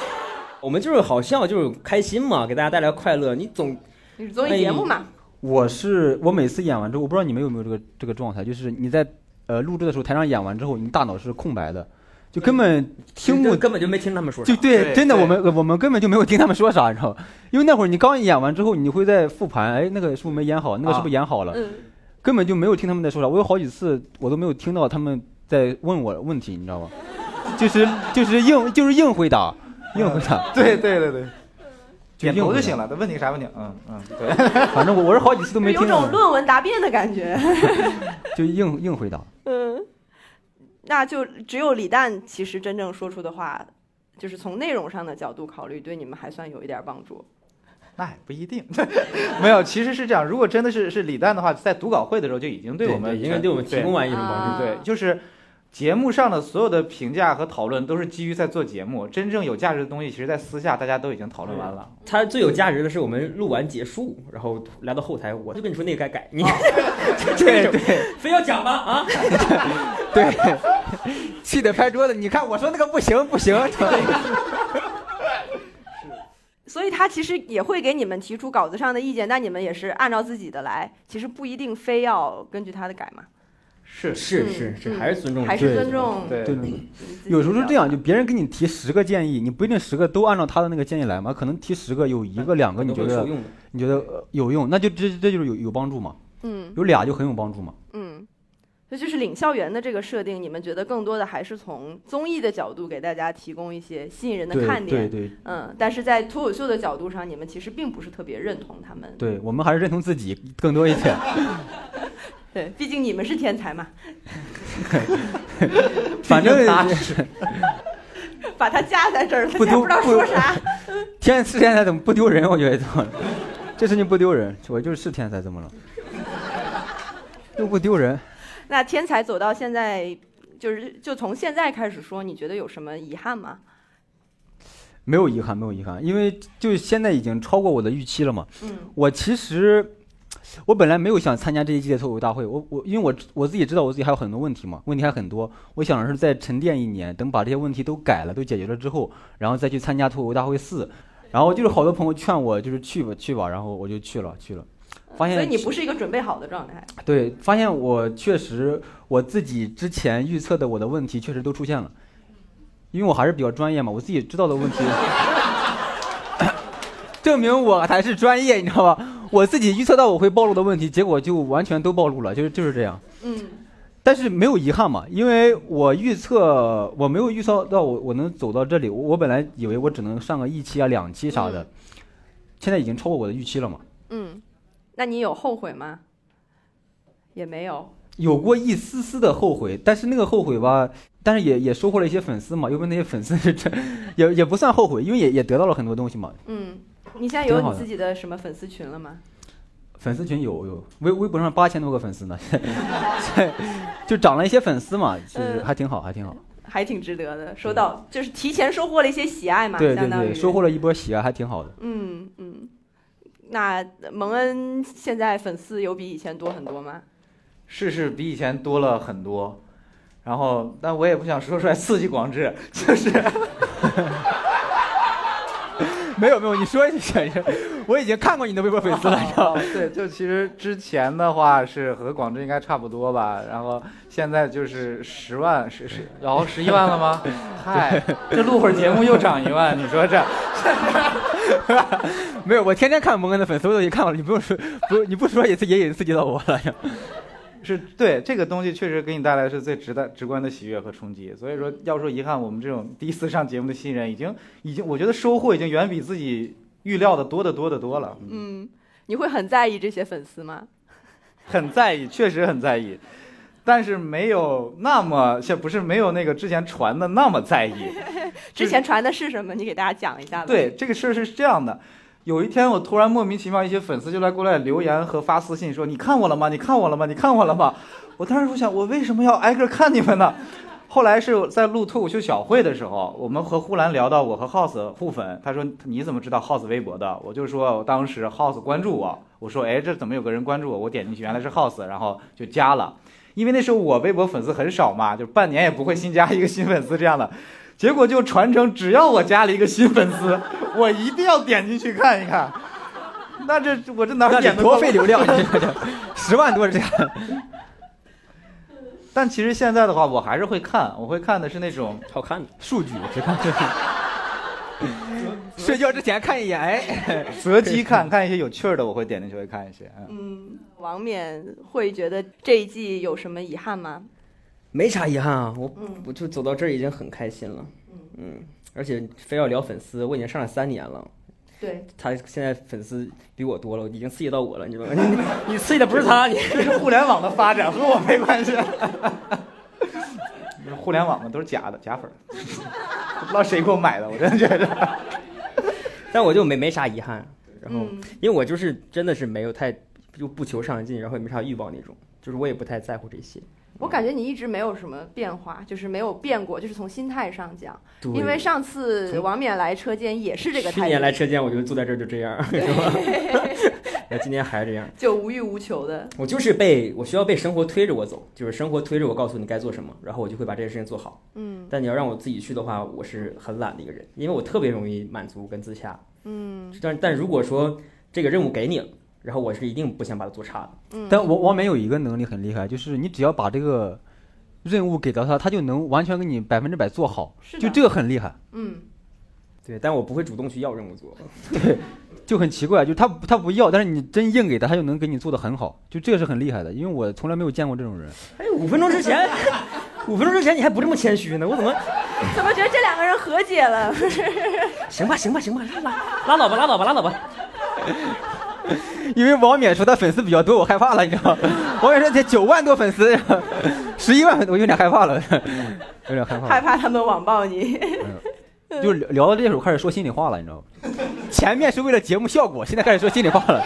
S3: 我们就是好笑，就是开心嘛，给大家带来快乐。你总
S1: 你是综艺节目嘛？
S4: 我是我每次演完之后，我不知道你们有没有这个这个状态，就是你在呃录制的时候，台上演完之后，你大脑是空白的，就根本听不
S3: 根本就没听他们说啥
S4: 就。对，
S2: 对
S4: 真的，
S2: 对
S4: 我们我们根本就没有听他们说啥，你知道吗？因为那会儿你刚演完之后，你会在复盘，哎，那个是不是没演好？那个是不是演好了？
S1: 嗯，
S4: 根本就没有听他们在说啥。我有好几次我都没有听到他们在问我问题，你知道吗？就是就是硬就是硬回答，硬回答，
S2: 对对对对，
S4: 就
S2: 点
S4: 硬
S2: 头
S4: 回
S2: 就
S4: 答
S2: 行。了。他问你啥问题？嗯嗯，对。
S4: 反正我我是好几次都没
S1: 有
S4: 听到
S1: 种，论文答辩的感 觉。
S4: 就硬硬回答。
S1: 嗯，那就只有李诞其实真正说出的话，就是从内容上的角度考虑，对你们还算有一点帮助。
S2: 那也不一定， 没有，其实是这样。如果真的是是李诞的话，在读稿会的时候就已经对我们
S3: 应该对我们提供完一种帮助。
S1: 啊
S2: 对，就是节目上的所有的评价和讨论都是基于在做节目，真正有价值的东西，其实在私下大家都已经讨论完了。
S3: 它最有价值的是我们录完结束，然后来到后台，我就跟你说那个该改，你
S4: 对对
S3: 非要讲吗？啊，
S4: 对， 气得拍桌子。你看我说那个不行不行，
S1: 所以他其实也会给你们提出稿子上的意见，但你们也是按照自己的来，其实不一定非要根据他的改嘛，
S2: 是，
S3: 是
S1: 是
S3: 是
S1: 是
S3: 是，
S1: 还
S3: 还是尊重，
S1: 嗯还是尊重。
S2: 对
S4: 对对对。
S1: 你自己
S4: 有时候是这
S1: 的。
S4: 样，就别人给你提十个建议，你不一定十个都按照他的那个建议来嘛，可能提十个有一个两个你觉得
S3: 用的？
S4: 你觉得呃有用，那就这这就是有有帮助嘛，
S1: 嗯
S4: 有俩就很有帮助嘛。
S1: 嗯，这就是领校园的这个设定，你们觉得更多的还是从综艺的角度给大家提供一些吸引人的
S4: 对
S1: 看点。
S4: 对对
S1: 嗯，但是在脱口秀的角度上，你们其实并不是特别认同他们。
S4: 对，我们还是认同自己更多一点。
S1: 对，毕竟你们是天才嘛，
S4: 反正
S2: 他
S1: 把它架在这儿了，
S4: 不
S1: 大家
S4: 丢
S1: 不知道
S4: 不
S1: 说啥。
S4: 天是天才怎么不丢人？我觉得这事情不丢人，我就是天才怎么了？ 又不丢人。
S1: 那天才走到现在，就是就从现在开始说，你觉得有什么遗憾吗？
S4: 没有遗憾，没有遗憾，因为就现在已经超过我的预期了嘛。
S1: 嗯
S4: 我其实，我本来没有想参加这一届脱口秀大会，我我因为我我自己知道我自己还有很多问题嘛，问题还很多。我想的是再沉淀一年，等把这些问题都改了、都解决了之后，然后再去参加脱口秀大会四。然后就是好多朋友劝我，就是去吧去吧，然后我就去了去了，发现
S1: 所以你不是一个准备好的状态。
S4: 对，发现我确实我自己之前预测的我的问题确实都出现了，因为我还是比较专业嘛，我自己知道的问题， 证明我还是专业，你知道吧？我自己预测到我会暴露的问题，结果就完全都暴露了，就是就是这样。
S1: 嗯
S4: 但是没有遗憾嘛，因为我预测我没有预测到我我能走到这里，我我本来以为我只能上个一期啊两期啥的，
S1: 嗯
S4: 现在已经超过我的预期了嘛。
S1: 嗯，那你有后悔吗？也没有。
S4: 有过一丝丝的后悔，但是那个后悔吧，但是也也收获了一些粉丝嘛，因为那些粉丝是真，也也不算后悔，因为也也得到了很多东西嘛。
S1: 嗯，你现在有
S4: 挺好
S1: 你
S4: 的
S1: 自己的什么粉丝群了吗？
S4: 粉丝群有有微微博上八千多个粉丝呢，就涨了一些粉丝嘛，就是
S1: 嗯
S4: 还挺好，还挺好。
S1: 还挺值得的，收到就是提前收获了一些喜爱嘛，
S4: 对对
S1: 相当于
S4: 对，收获了一波喜爱，还挺好的。
S1: 嗯，嗯，那蒙恩现在粉丝有比以前多很多吗？
S2: 是是比以前多了很多。然后，但我也不想说出来刺激广志，就是
S4: 没有没有，你说一下， 我已经看过你的微博粉丝了，你知道吗？
S2: 对， 就其实之前的话是和广志应该差不多吧，然后现在就是十万十十，然后十一万了吗？嗨，这录会儿节目又涨一万，你说这
S4: 没有，我天天看蒙恩的粉丝，我都已经看过了，你不用说，不，你不说也刺也也刺激到我了。
S2: 是对这个东西确实给你带来是最直的直观的喜悦和冲击。所以说，要说遗憾，我们这种第一次上节目的新人，已经已经，我觉得收获已经远比自己预料的多得多得多了。嗯
S1: 嗯，你会很在意这些粉丝吗？
S2: 很在意，确实很在意，但是没有那么，现不是没有那个之前传的那么在 意。
S1: 之前传的是什么？你给大家讲一下吧。，
S2: 对，这个事儿是这样的。有一天，我突然莫名其妙，一些粉丝就来过来留言和发私信说：“你看我了吗？你看我了吗？你看我了吗？”我当时我想，我为什么要挨个看你们呢？后来是在录脱口秀小会的时候，我们和呼兰聊到我和 House 互粉，他说你怎么知道 House 微博的？我就说我当时 House 关注我，我说哎这怎么有个人关注我？我点进去原来是 House，然后就加了，因为那时候我微博粉丝很少嘛，就半年也不会新加一个新粉丝这样的，结果就传承只要我加了一个新粉丝， 我一定要点进去看一看。那这我这哪
S4: 那
S2: 儿
S4: 得
S2: 点得
S4: 多
S2: 到
S4: 费流量，你这个十万多是这样。
S2: 但其实现在的话，我还是会看，我会看的是那 种
S3: 好看的。
S4: 数据，只看
S1: 嗯
S4: 睡觉之前看一眼，哎，
S2: 择机看，看一些有趣儿的，我会点进去会看一些。嗯，
S1: 嗯，王冕会觉得这一季有什么遗憾吗？
S3: 没啥遗憾啊，我
S1: 嗯
S3: 我就走到这儿已经很开心了，嗯，而且非要聊粉丝，我已经上了三年了，
S1: 对，
S3: 他现在粉丝比我多了，已经刺激到我了，你知道吗？ 你你你刺激的不是他，你
S2: 这是互联网的发展，和我没关系。 互联网嘛，都是假的，假粉儿， 不知道谁给我买的，我真的觉得。
S3: 但我就没没啥遗憾，然后
S1: 嗯
S3: 因为我就是真的是没有太就不求上进，然后也没啥欲望那种，就是我也不太在乎这些，
S1: 我感觉你一直没有什么变化，就是没有变过，就是从心态上讲。
S3: 对
S1: 因为上次
S3: 从
S1: 王冕来车间也是这个态
S3: 去
S1: 度，
S3: 年来车间我就坐在这儿就这样， 是吧？那今年还是这样，
S1: 就无欲无求的。
S3: 我就是被我需要被生活推着我走，就是生活推着我告诉你该做什么，然后我就会把这件事情做好。
S1: 嗯
S3: 但你要让我自己去的话，我是很懒的一个人，因为我特别容易满足跟自洽。
S1: 嗯
S3: 但但如果说这个任务给你了，然后我是一定不想把它做差的。
S1: 嗯，
S4: 但王王冕有一个能力很厉害，就是你只要把这个任务给到他，他就能完全给你百分之百做好，
S1: 是的
S4: 就这个很厉害，
S1: 嗯
S3: 对，但我不会主动去要任务做。
S4: 就很奇怪，就是他他不要，但是你真硬给他，他就能给你做的很好，就这个是很厉害的，因为我从来没有见过这种 人。
S3: 哎，五分钟之前，五分钟之前你还不这么谦虚呢，我怎么
S1: 怎么觉得这两个人和解了？
S3: 行吧行吧行吧，拉拉拉倒吧拉倒吧拉倒吧。
S4: 因为王冕说他粉丝比较多，我害怕了，你知 道吗？王冕说这九万多粉丝，十一万粉丝，我有点害 怕了，有点害怕
S1: 害
S4: 了。
S1: 怕他们网暴你。
S4: 就是聊聊到这时候开始说心里话了，你知道吗？前面是为了节目效果，现在开始说心里话了。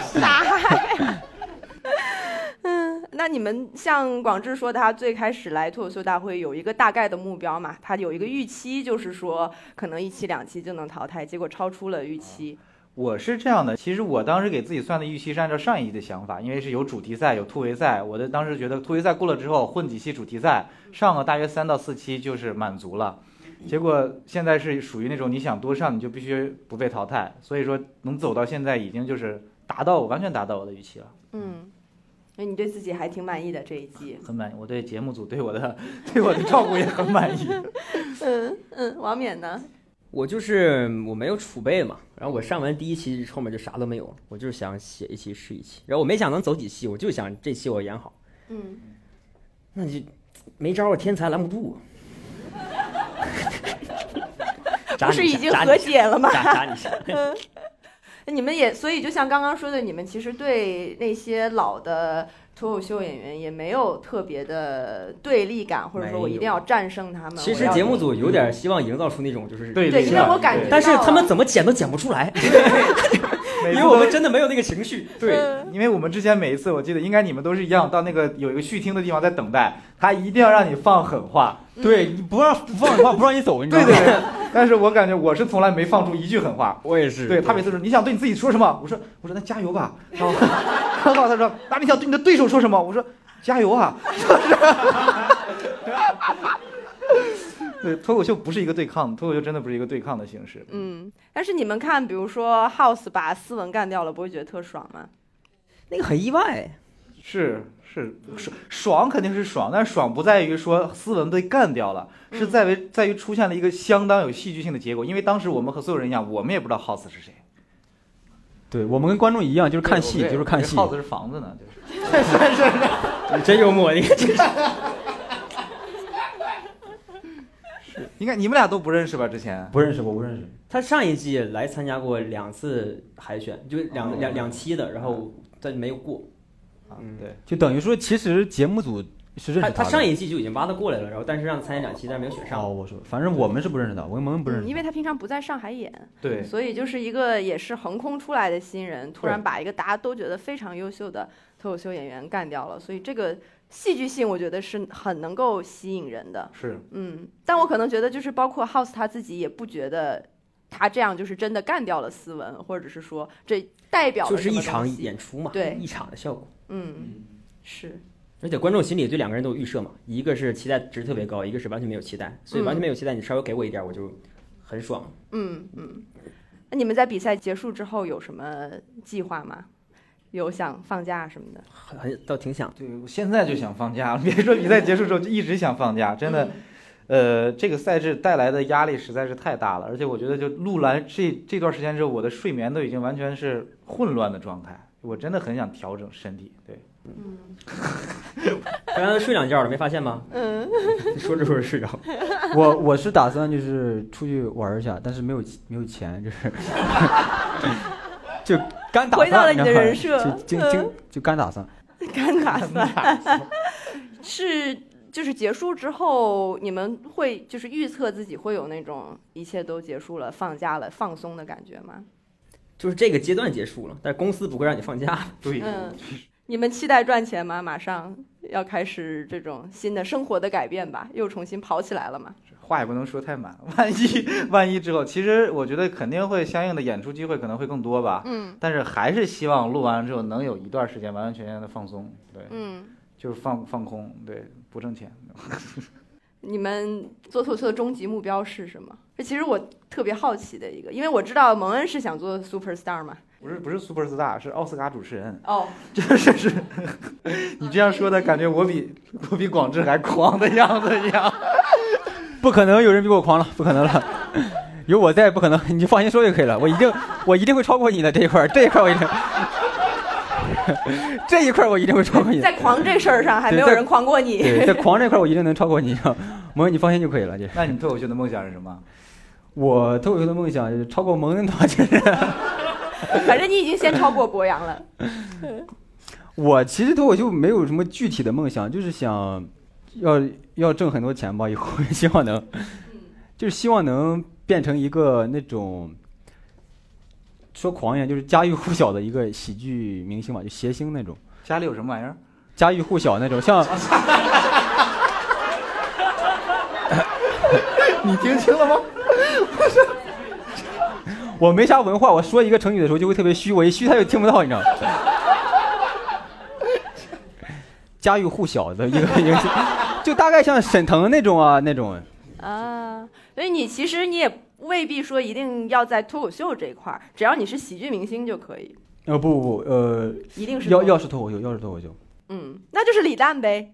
S1: 那你们像广志说，他最开始来脱口秀大会有一个大概的目标嘛，他有一个预期，就是说可能一期两期就能淘汰，结果超出了预期。
S2: 我是这样的，其实我当时给自己算的预期是按照上一季的想法，因为是有主题赛、有突围赛，我的当时觉得突围赛过了之后混几期主题赛，上个大约三到四期就是满足了。结果现在是属于那种你想多上你就必须不被淘汰，所以说能走到现在已经就是达到我完全达到我的预期了，
S1: 嗯，所以你对自己还挺满意的这一季。
S2: 很满意。我对节目组对我的对我的照顾也很满 意。
S1: 嗯嗯，王冕呢？
S3: 我就是我没有储备嘛，然后我上完第一期后面就啥都没有了，我就是想写一期是一期，然后我没想能走几期，我就想这期我演好，
S1: 嗯，
S3: 那你就没招儿，我天才拦不 住啊我。
S1: 不是已经和解了吗？
S3: 扎扎 你下，
S1: 你们也，所以就像刚刚说的，你们其实对那些老的脱口秀演员也没有特别的对立感，或者说我
S3: 没有
S1: 一定要战胜他们。
S3: 其
S1: 我
S3: 实
S1: 要
S3: 节目组有点希望营造出那种就是，
S2: 嗯对
S1: 对，
S2: 立
S1: 因为
S2: 感
S1: 我感觉到
S2: 对
S3: 但是他们
S1: 了
S3: 怎么剪都剪不出来，
S2: 每次
S3: 因为
S2: 都
S3: 我们真的没有那个情绪。
S2: 对
S1: 嗯，
S2: 因为我们之前每一次，我记得应该你们都是一样，到那个有一个续听的地方在等待，他一定要让你放狠话。
S4: 对，你不让不放的话，不让你走，你知道
S2: 对
S4: 吗？
S2: 对对， 但是我感觉我是从来没放出一句狠话。
S3: 我也是
S2: 对他每次说你想对你自己说什么，我说我说那加油吧，然后然后他说那你想对你的对手说什么，我说加油啊， 对，脱口秀不是一个对抗，脱口秀真的不是一个对抗的形式。
S1: 嗯，但是你们看，比如说 House 把斯文干掉了，不会觉得特爽吗？
S3: 那个很意外，
S2: 是是爽爽肯定是爽，但是爽不在于说斯文被干掉了，是在于在于出现了一个相当有戏剧性的结果。因为当时我们和所有人一样，我们也不知道 House 是谁，
S4: 对我们跟观众一样，就是看戏，
S2: 对
S4: 就是看戏。
S2: House 是房子呢，就是。是是是
S3: 你真幽默，你 看这
S2: 应该你们俩都不认识吧？之前
S4: 不认识，我不认识。
S3: 他上一季来参加过两次海选，就两、两两期的，然后但没有过。
S2: 啊，对，
S4: 就等于说，其实节目组是认识的。
S3: 他上一季就已经挖他过来了，然后但是让参加两期，但是没有选
S4: 哦，
S3: 上。
S4: 我说，反正我们是不认识的，我跟萌萌不
S1: 嗯，
S4: 认识。
S1: 因为他平常不在上海演，
S2: 对
S1: 所以就是一个也是横空出来的新人，突然把一个大家都觉得非常优秀的脱口秀演员干掉了，所以这个戏剧性我觉得是很能够吸引人的。
S2: 是
S1: 嗯，但我可能觉得就是包括 House 他自己也不觉得他这样就是真的干掉了斯文，或者是说这代表了
S3: 就是
S1: 什么东
S3: 一场
S1: 西
S3: 演出嘛，
S1: 对
S3: 一场的效果。
S1: 嗯，是
S3: 而且观众心里对两个人都有预设嘛，一个是期待值特别高，一个是完全没有期待，所以完全没有期待，你稍微给我一点，我就很爽。
S1: 嗯嗯。那你们在比赛结束之后有什么计划吗？有想放假什么的？
S3: 很很倒挺想，
S2: 对，我现在就想放假了， 别说比赛结束之后就一直想
S1: 嗯
S2: 放假，真的。呃，这个赛制带来的压力实在是太大了，而且我觉得就录完这这段时间之后，我的睡眠都已经完全是混乱的状态，我真的很想调整身体。对，
S3: 刚刚睡两觉了，没发现吗？
S1: 嗯，
S3: 说着说着睡着了，
S4: 我我是打算就是出去玩一下，但是没有没有钱，就是 就干打算。
S1: 回到了你的
S4: 知道吗
S1: 人设嗯
S4: 就就就就干打算。
S1: 干打算 是就是结束之后，你们会就是预测自己会有那种一切都结束了、放假了、放松的感觉吗？
S3: 就是这个阶段结束了，但是公司不会让你放假。
S2: 对，
S1: 嗯， 你们期待赚钱吗？马上要开始这种新的生活的改变吧，又重新跑起来了嘛？
S2: 话也不能说太满， 万一万一之后，其实我觉得肯定会相应的演出机会可能会更多吧。
S1: 嗯
S2: 但是还是希望录完之后能有一段时间完完全全的放松，对，
S1: 嗯，
S2: 就是放放空，对，不挣钱。
S1: 你们做脱口秀的终极目标是什么？这其实我特别好奇的一个，因为我知道蒙恩是想做 super star 嘛。
S2: 不是不是 super star，是奥斯卡主持 人。
S1: 哦，
S2: 就是是，
S1: 嗯
S2: 你这样说的感觉，我比我比广志还狂的样子一样。
S4: 不可能有人比我狂了，不可能了。 有我在，不可能， 你就放心说就可以了。我一定，我一定会超过你的这一块儿， 这一块儿我一定，这一块儿我一定会超过你。
S1: 在狂这事儿上还没有
S4: 对在
S1: 人狂过你。
S4: 对，在狂这块儿我一定能超过你。 萌恩，你放心就可以了。这
S2: 那你脱口秀的梦想是什么？
S4: 我脱口秀的梦想就是超过萌恩的话，就是
S1: 反正你已经先超过博洋了。
S4: 我其实脱口秀没有什么具体的梦想，就是想要要挣很多钱吧，以后希望能，就是希望能变成一个那种说狂一点，就是家喻户晓的一个喜剧明星吧，就谐星那种，
S2: 家里有什么玩意儿？
S4: 家喻户晓那种，像
S2: 你听清了吗？
S4: 我没啥文化，我说一个成语的时候就会特别虚，我一虚他就听不到，你知道吗？家喻户晓的一个明星，就大概像沈腾那种啊那种，
S1: 啊，所以你其实你也未必说一定要在脱口秀这一块儿，只要你是喜剧明星就可以，
S4: 呃不不不呃，
S1: 一定是
S4: 要
S1: 脱
S4: 要是脱口秀，要是脱口秀。
S1: 嗯，那就是李诞呗。
S3: 嗯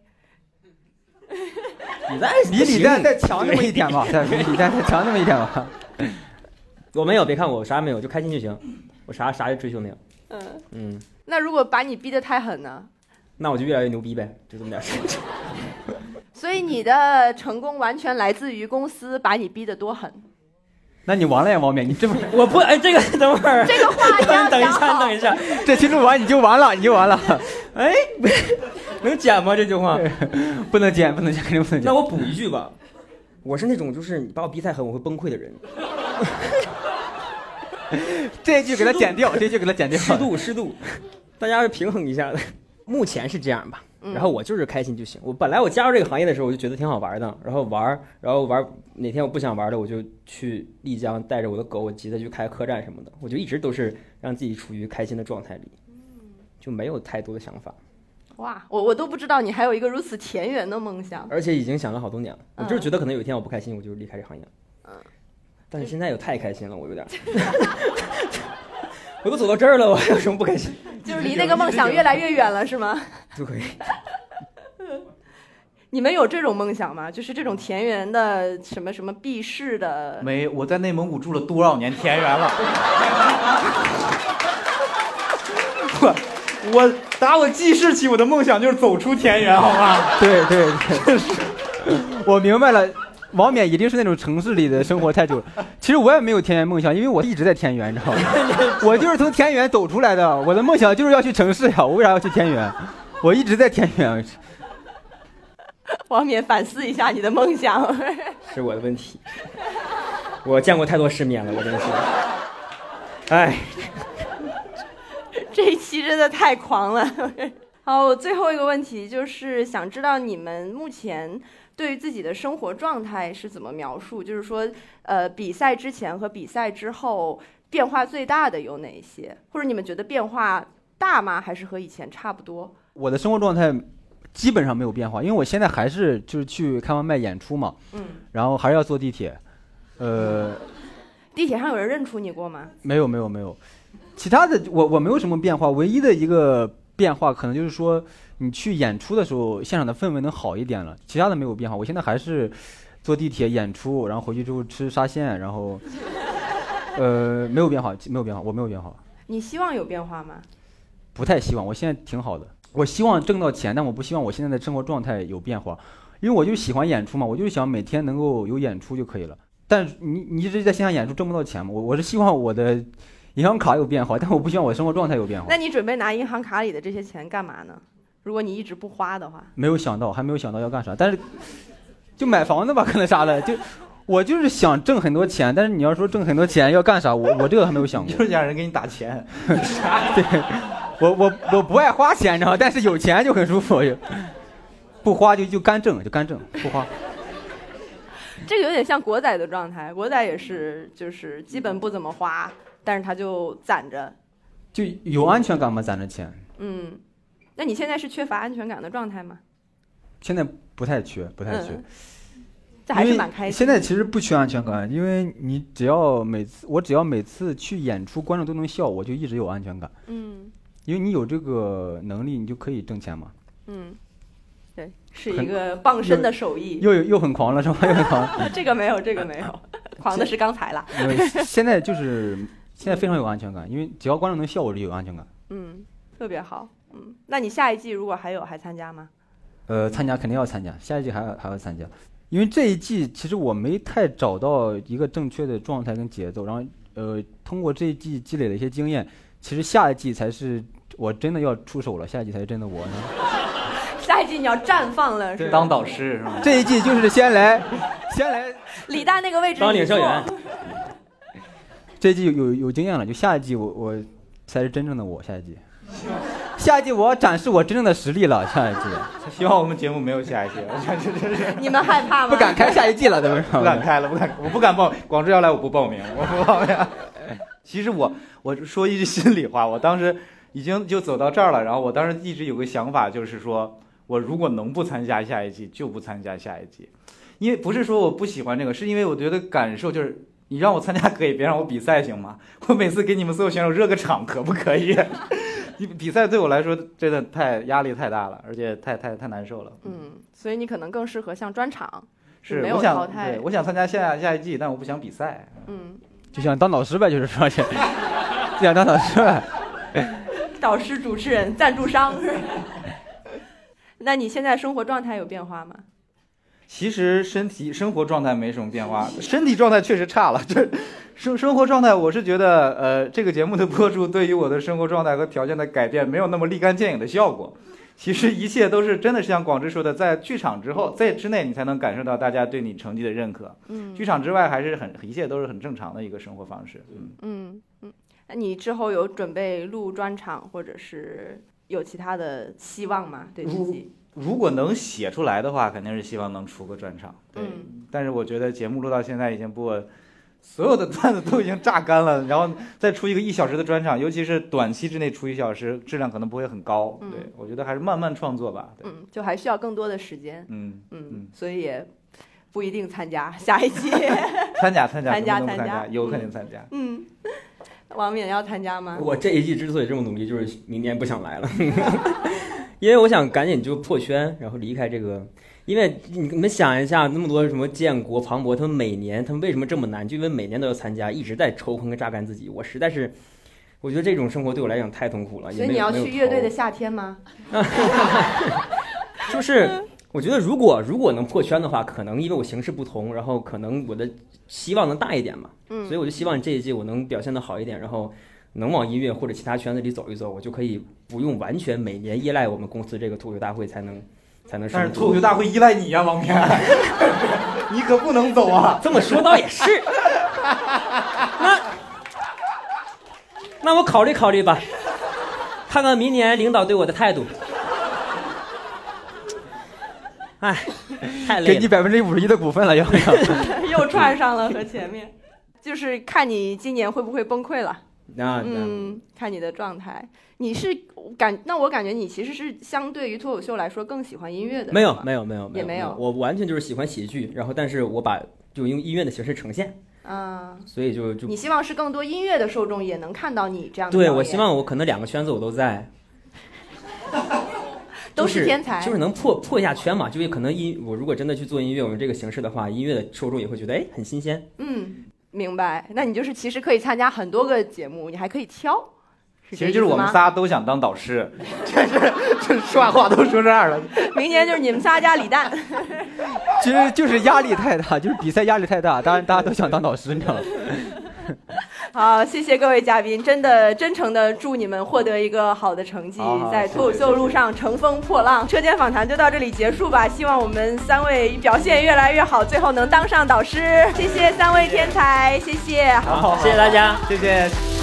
S3: 你在
S4: 比李诞再强那么一点吧，再比李诞再强那么一点 吧。
S3: 我没有，别看我，我啥也没有，就开心就行，我啥啥也追求没有。
S1: 嗯，
S3: 嗯，
S1: 那如果把你逼得太狠呢？
S3: 那我就越来越牛逼呗，就这么点事。
S1: 所以你的成功完全来自于公司把你逼得多狠。
S4: 那你完了呀，王冕，你这不
S3: 我不，哎，这个等会儿，
S1: 这个话你要
S3: 等一
S1: 讲
S3: 下，
S1: 好
S3: 等。一下，
S4: 这期录完你就完了，你就 完了，
S3: 哎，能剪吗这句话？
S4: 不能剪，不能剪，肯定不能
S3: 那
S4: 剪。
S3: 我补一句吧，我是那种就是你把我逼太狠我会崩溃的人，
S4: 这一句给他剪掉，这一句给他剪掉。
S3: 适度适度，大家平衡一下的。目前是这样吧，然后我就是开心就行。我本来我加入这个行业的时候我就觉得挺好玩的，然后玩儿，然后玩儿哪天我不想玩了，我就去丽江带着我的狗，我急着去开客栈什么的，我就一直都是让自己处于开心的状态里，就没有太多的想法。
S1: 哇，我我都不知道你还有一个如此田园的梦想。
S3: 而且已经想了好多年了。我就是
S1: 嗯
S3: 觉得可能有一天我不开心，我就离开这行业了。但是现在也太开心了，我有点儿， 我都走到这儿了，我还有什么不开心？
S1: 就是离那个梦想越来越远了，是吗？
S3: 就可以。
S1: 你们有这种梦想吗？就是这种田园的什么什么避世的，
S2: 没，我在内蒙古住了多少年田 园了？我我打我记事起，我的梦想就是走出田园，好吗？
S4: 对 对对， 我明白了。王冕一定是那种城市里的生活太久了。其实我也没有田园梦想，因为我一直在田园，你知道吗？我就是从田园走出来的。我的梦想就是要去城市呀，我为啥要去田园？我一直在田园。
S1: 王冕反思一下你的梦想。
S3: 是我的问题。我见过太多世面了，我真的是。哎，
S1: 这一期真的太狂了。 好，我最后一个问题就是想知道你们目前对于自己的生活状态是怎么描述？就是说，呃，比赛之前和比赛之后变化最大的有哪一些？或者你们觉得变化大吗？还是和以前差不多？
S4: 我的生活状态基本上没有变化，因为我现在还是就是去开完麦演出嘛，
S1: 嗯，
S4: 然后还是要坐地铁。呃，
S1: 地铁上有人认出你过吗？
S4: 没有没有没有，其他的我我没有什么变化，唯一的一个变化可能就是说你去演出的时候，现场的氛围能好一点了，其他的没有变化。我现在还是坐地铁演出，然后回去之后吃沙县，然后呃没有变化，没有变化，我没有变化，
S1: 你希望有变化吗？
S4: 不太希望，我现在挺好的。我希望挣到钱，但我不希望我现在的生活状态有变化，因为我就喜欢演出嘛，我就想每天能够有演出就可以了。但是你你一直在线下演出挣不到钱嘛，我我是希望我的银行卡有变化，但 我不希望我的生活状态有变化
S1: 那。你准备拿银行卡里的这些钱干嘛呢？如果你一直不花的话，
S4: 没有想到，还没有想到要干啥，但是就买房子吧，可能啥的，就我就是想挣很多钱，但是你要说挣很多钱要干啥，我我这个还没有想过
S2: 就。是让人给你打 钱，
S4: 我我我不爱花钱，你知道吗，但是有钱就很舒服，就不花就就干挣，就干挣，不花。
S1: 这个有点像国仔的状态。国仔也是，就是基本不怎么花，但是他就攒着。
S4: 就有安全感嘛，攒着钱，
S1: 嗯，那你现在是缺乏安全感的状态吗？
S4: 现在不太缺，不太缺，
S1: 嗯这还
S4: 因
S1: 是
S4: 为
S1: 蛮开心
S4: 现
S1: 的。
S4: 在其实不缺安全感，因为你只要每次我只要每次去演出，观众都能笑，我就一直有安全感，
S1: 嗯
S4: 因为你有这个能力，你就可以挣钱嘛，
S1: 嗯，对，是一个傍身的手艺。
S4: 又有又很狂了是吧？又很狂 了，
S1: 这个没有，这个没 有，狂的是刚才啦。
S4: 因为现在就是现在非常有安全感，因为只要观众能笑，我就有安全感。
S1: 嗯，特别好。嗯，那你下一季如果还有还参加吗？
S4: 呃，参加肯定要参加，下一季还要还要参加，因为这一季其实我没太找到一个正确的状态跟节奏，然后呃，通过这一季积累了一些经验，其实下一季才是我真的要出手了，下一季才是真的我呢。
S1: 下一季你要绽放了，是吧？
S2: 当导师是吗？
S4: 这一季就是先来， 先来，
S1: 李诞那个位置
S3: 当
S1: 你
S3: 领
S1: 坐
S3: 笑员，
S4: 这一季有有有经验了，就下一季我我才是真正的我，下一季，下一季我要展示我真正的实力了，下一季
S2: 希望我们节目没有下一季，我这这这 这
S1: 你们害怕吗？
S4: 不敢开下一季了，都是。
S2: 不敢开了，不敢，我不敢报，广州要来我不报名，我不报名。其实我我说一句心里话，我当时已经就走到这儿了，然后我当时一直有个想法，就是说我如果能不参加下一季就不参加下一季，因为不是说我不喜欢这个，是因为我觉得感受就是。你让我参加可以，别让我比赛行吗？ 我每次给你们所有选手热个场可不可以？ 你比赛对我来说真的太压力太大了，而且太太太难受了。
S1: 嗯，所以你可能更适合像专场。
S2: 是
S1: 没有
S2: 我想
S1: 淘汰
S2: 对，我想参加下下一季，但我不想比赛。
S1: 嗯，
S4: 就想当老师呗，就是说，就想当老师呗。
S1: 导师、主持人、赞助 商。那你现在生活状态有变化吗？
S2: 其实身体生活状态没什么 变化，身体状态确实差了。 这生生活状态，我是觉得，呃，这个节目的播出对于我的生活状态和条件的改变没有那么立竿见影的效果。其实一切都是真的，是像广志说的，在剧场之后，在之内你才能感受到大家对你成绩的认可。
S1: 嗯
S2: 剧场之外还是很一切都是很正常的一个生活方式。嗯，
S1: 嗯嗯。那你之后有准备录专场，或者是有其他的希望吗？对自己？
S2: 如果能写出来的话，肯定是希望能出个专场。对，
S1: 嗯
S2: 但是我觉得节目录到现在已经不，所有的段子都已经榨干了，然后再出一个一小时的专场，尤其是短期之内出一小时，质量可能不会很高。
S1: 嗯
S2: 对我觉得还是慢慢创作吧。对，
S1: 嗯，就还需要更多的时间，
S2: 嗯，
S1: 嗯
S2: 嗯，
S1: 所以也不一定参加下一 期，
S2: 参加参加，
S1: 参加
S2: 能不能
S1: 参
S2: 参
S1: 加
S2: 有肯定参加。
S1: 嗯，王敏要参加吗？
S3: 我这一季之所以这么努力，就是明年不想来了， 因为我想赶紧就破圈，然后离开这个。因为你你们想一下，那么多什么建国、庞博，他们每年他们为什么这么难？就因为每年都要参加，一直在抽空跟榨干自己。我实在是，我觉得这种生活对我来讲太痛苦了。也
S1: 所以
S3: 没
S1: 你
S3: 有
S1: 要
S3: 没有
S1: 去乐队
S3: 头
S1: 的夏天吗？
S3: 就是我觉得如果如果能破圈的话，可能因为我形式不同，然后可能我的希望能大一点嘛，
S1: 嗯
S3: 所以我就希望这一季我能表现的好一点，然后能往音乐或者其他圈子里走一走，我就可以不用完全每年依赖我们公司这个脱口秀大会才能才
S2: 但是
S3: 能生
S2: 脱口
S3: 存。
S2: 秀大会依赖你呀、王片， 你可不能走啊！
S3: 这么说倒也是，那那我考虑考虑吧，看看明年领导对我的态度。哎，太累了。
S4: 给你百分之五十一的股份了，要不要？
S1: 又串上了和前面，就是看你今年会不会崩溃了。
S3: 啊，嗯，
S1: 嗯，看你的状态。你是感，那我感觉你其实是相对于脱口秀来说更喜欢音乐的，
S3: 没有
S1: 是，吗
S3: 没有，没有，
S1: 也没
S3: 没
S1: 有
S3: 我完全就是喜欢喜剧，然后但是我把就用音乐的形式呈现，
S1: 啊。
S3: 所以就就
S1: 你希望是更多音乐的受众也能看到你这样的表
S3: 对
S1: 演，
S3: 我希望我可能两个圈子我都在，
S1: 都
S3: 就是
S1: 天才，
S3: 就是能破破一下圈嘛，就是可能音我如果真的去做音乐，我用这个形式的话，音乐的受众也会觉得哎很新鲜，
S1: 嗯，明白。那你就是其实可以参加很多个节目，你还可以挑。
S2: 其
S1: 这
S2: 实就是
S1: 意思
S2: 我们
S1: 吗，
S2: 仨都想当导师，这是这是话话都说这样了。
S1: 明年就是你们仨加李诞。
S4: 其实就是压力太大，就是比赛压力太大，当然大家都想当导师，你知道吗？
S1: 好，谢谢各位嘉宾，真的真诚的祝你们获得一个好的成绩，
S2: 好好
S1: 在
S2: 谢谢
S1: 脱口秀路上乘风破浪。车间访谈就到这里结束吧，希望我们三位表现越来越好，最后能当上导师。谢谢三位天才，谢谢。好。
S3: 好，谢谢大家。
S2: 谢谢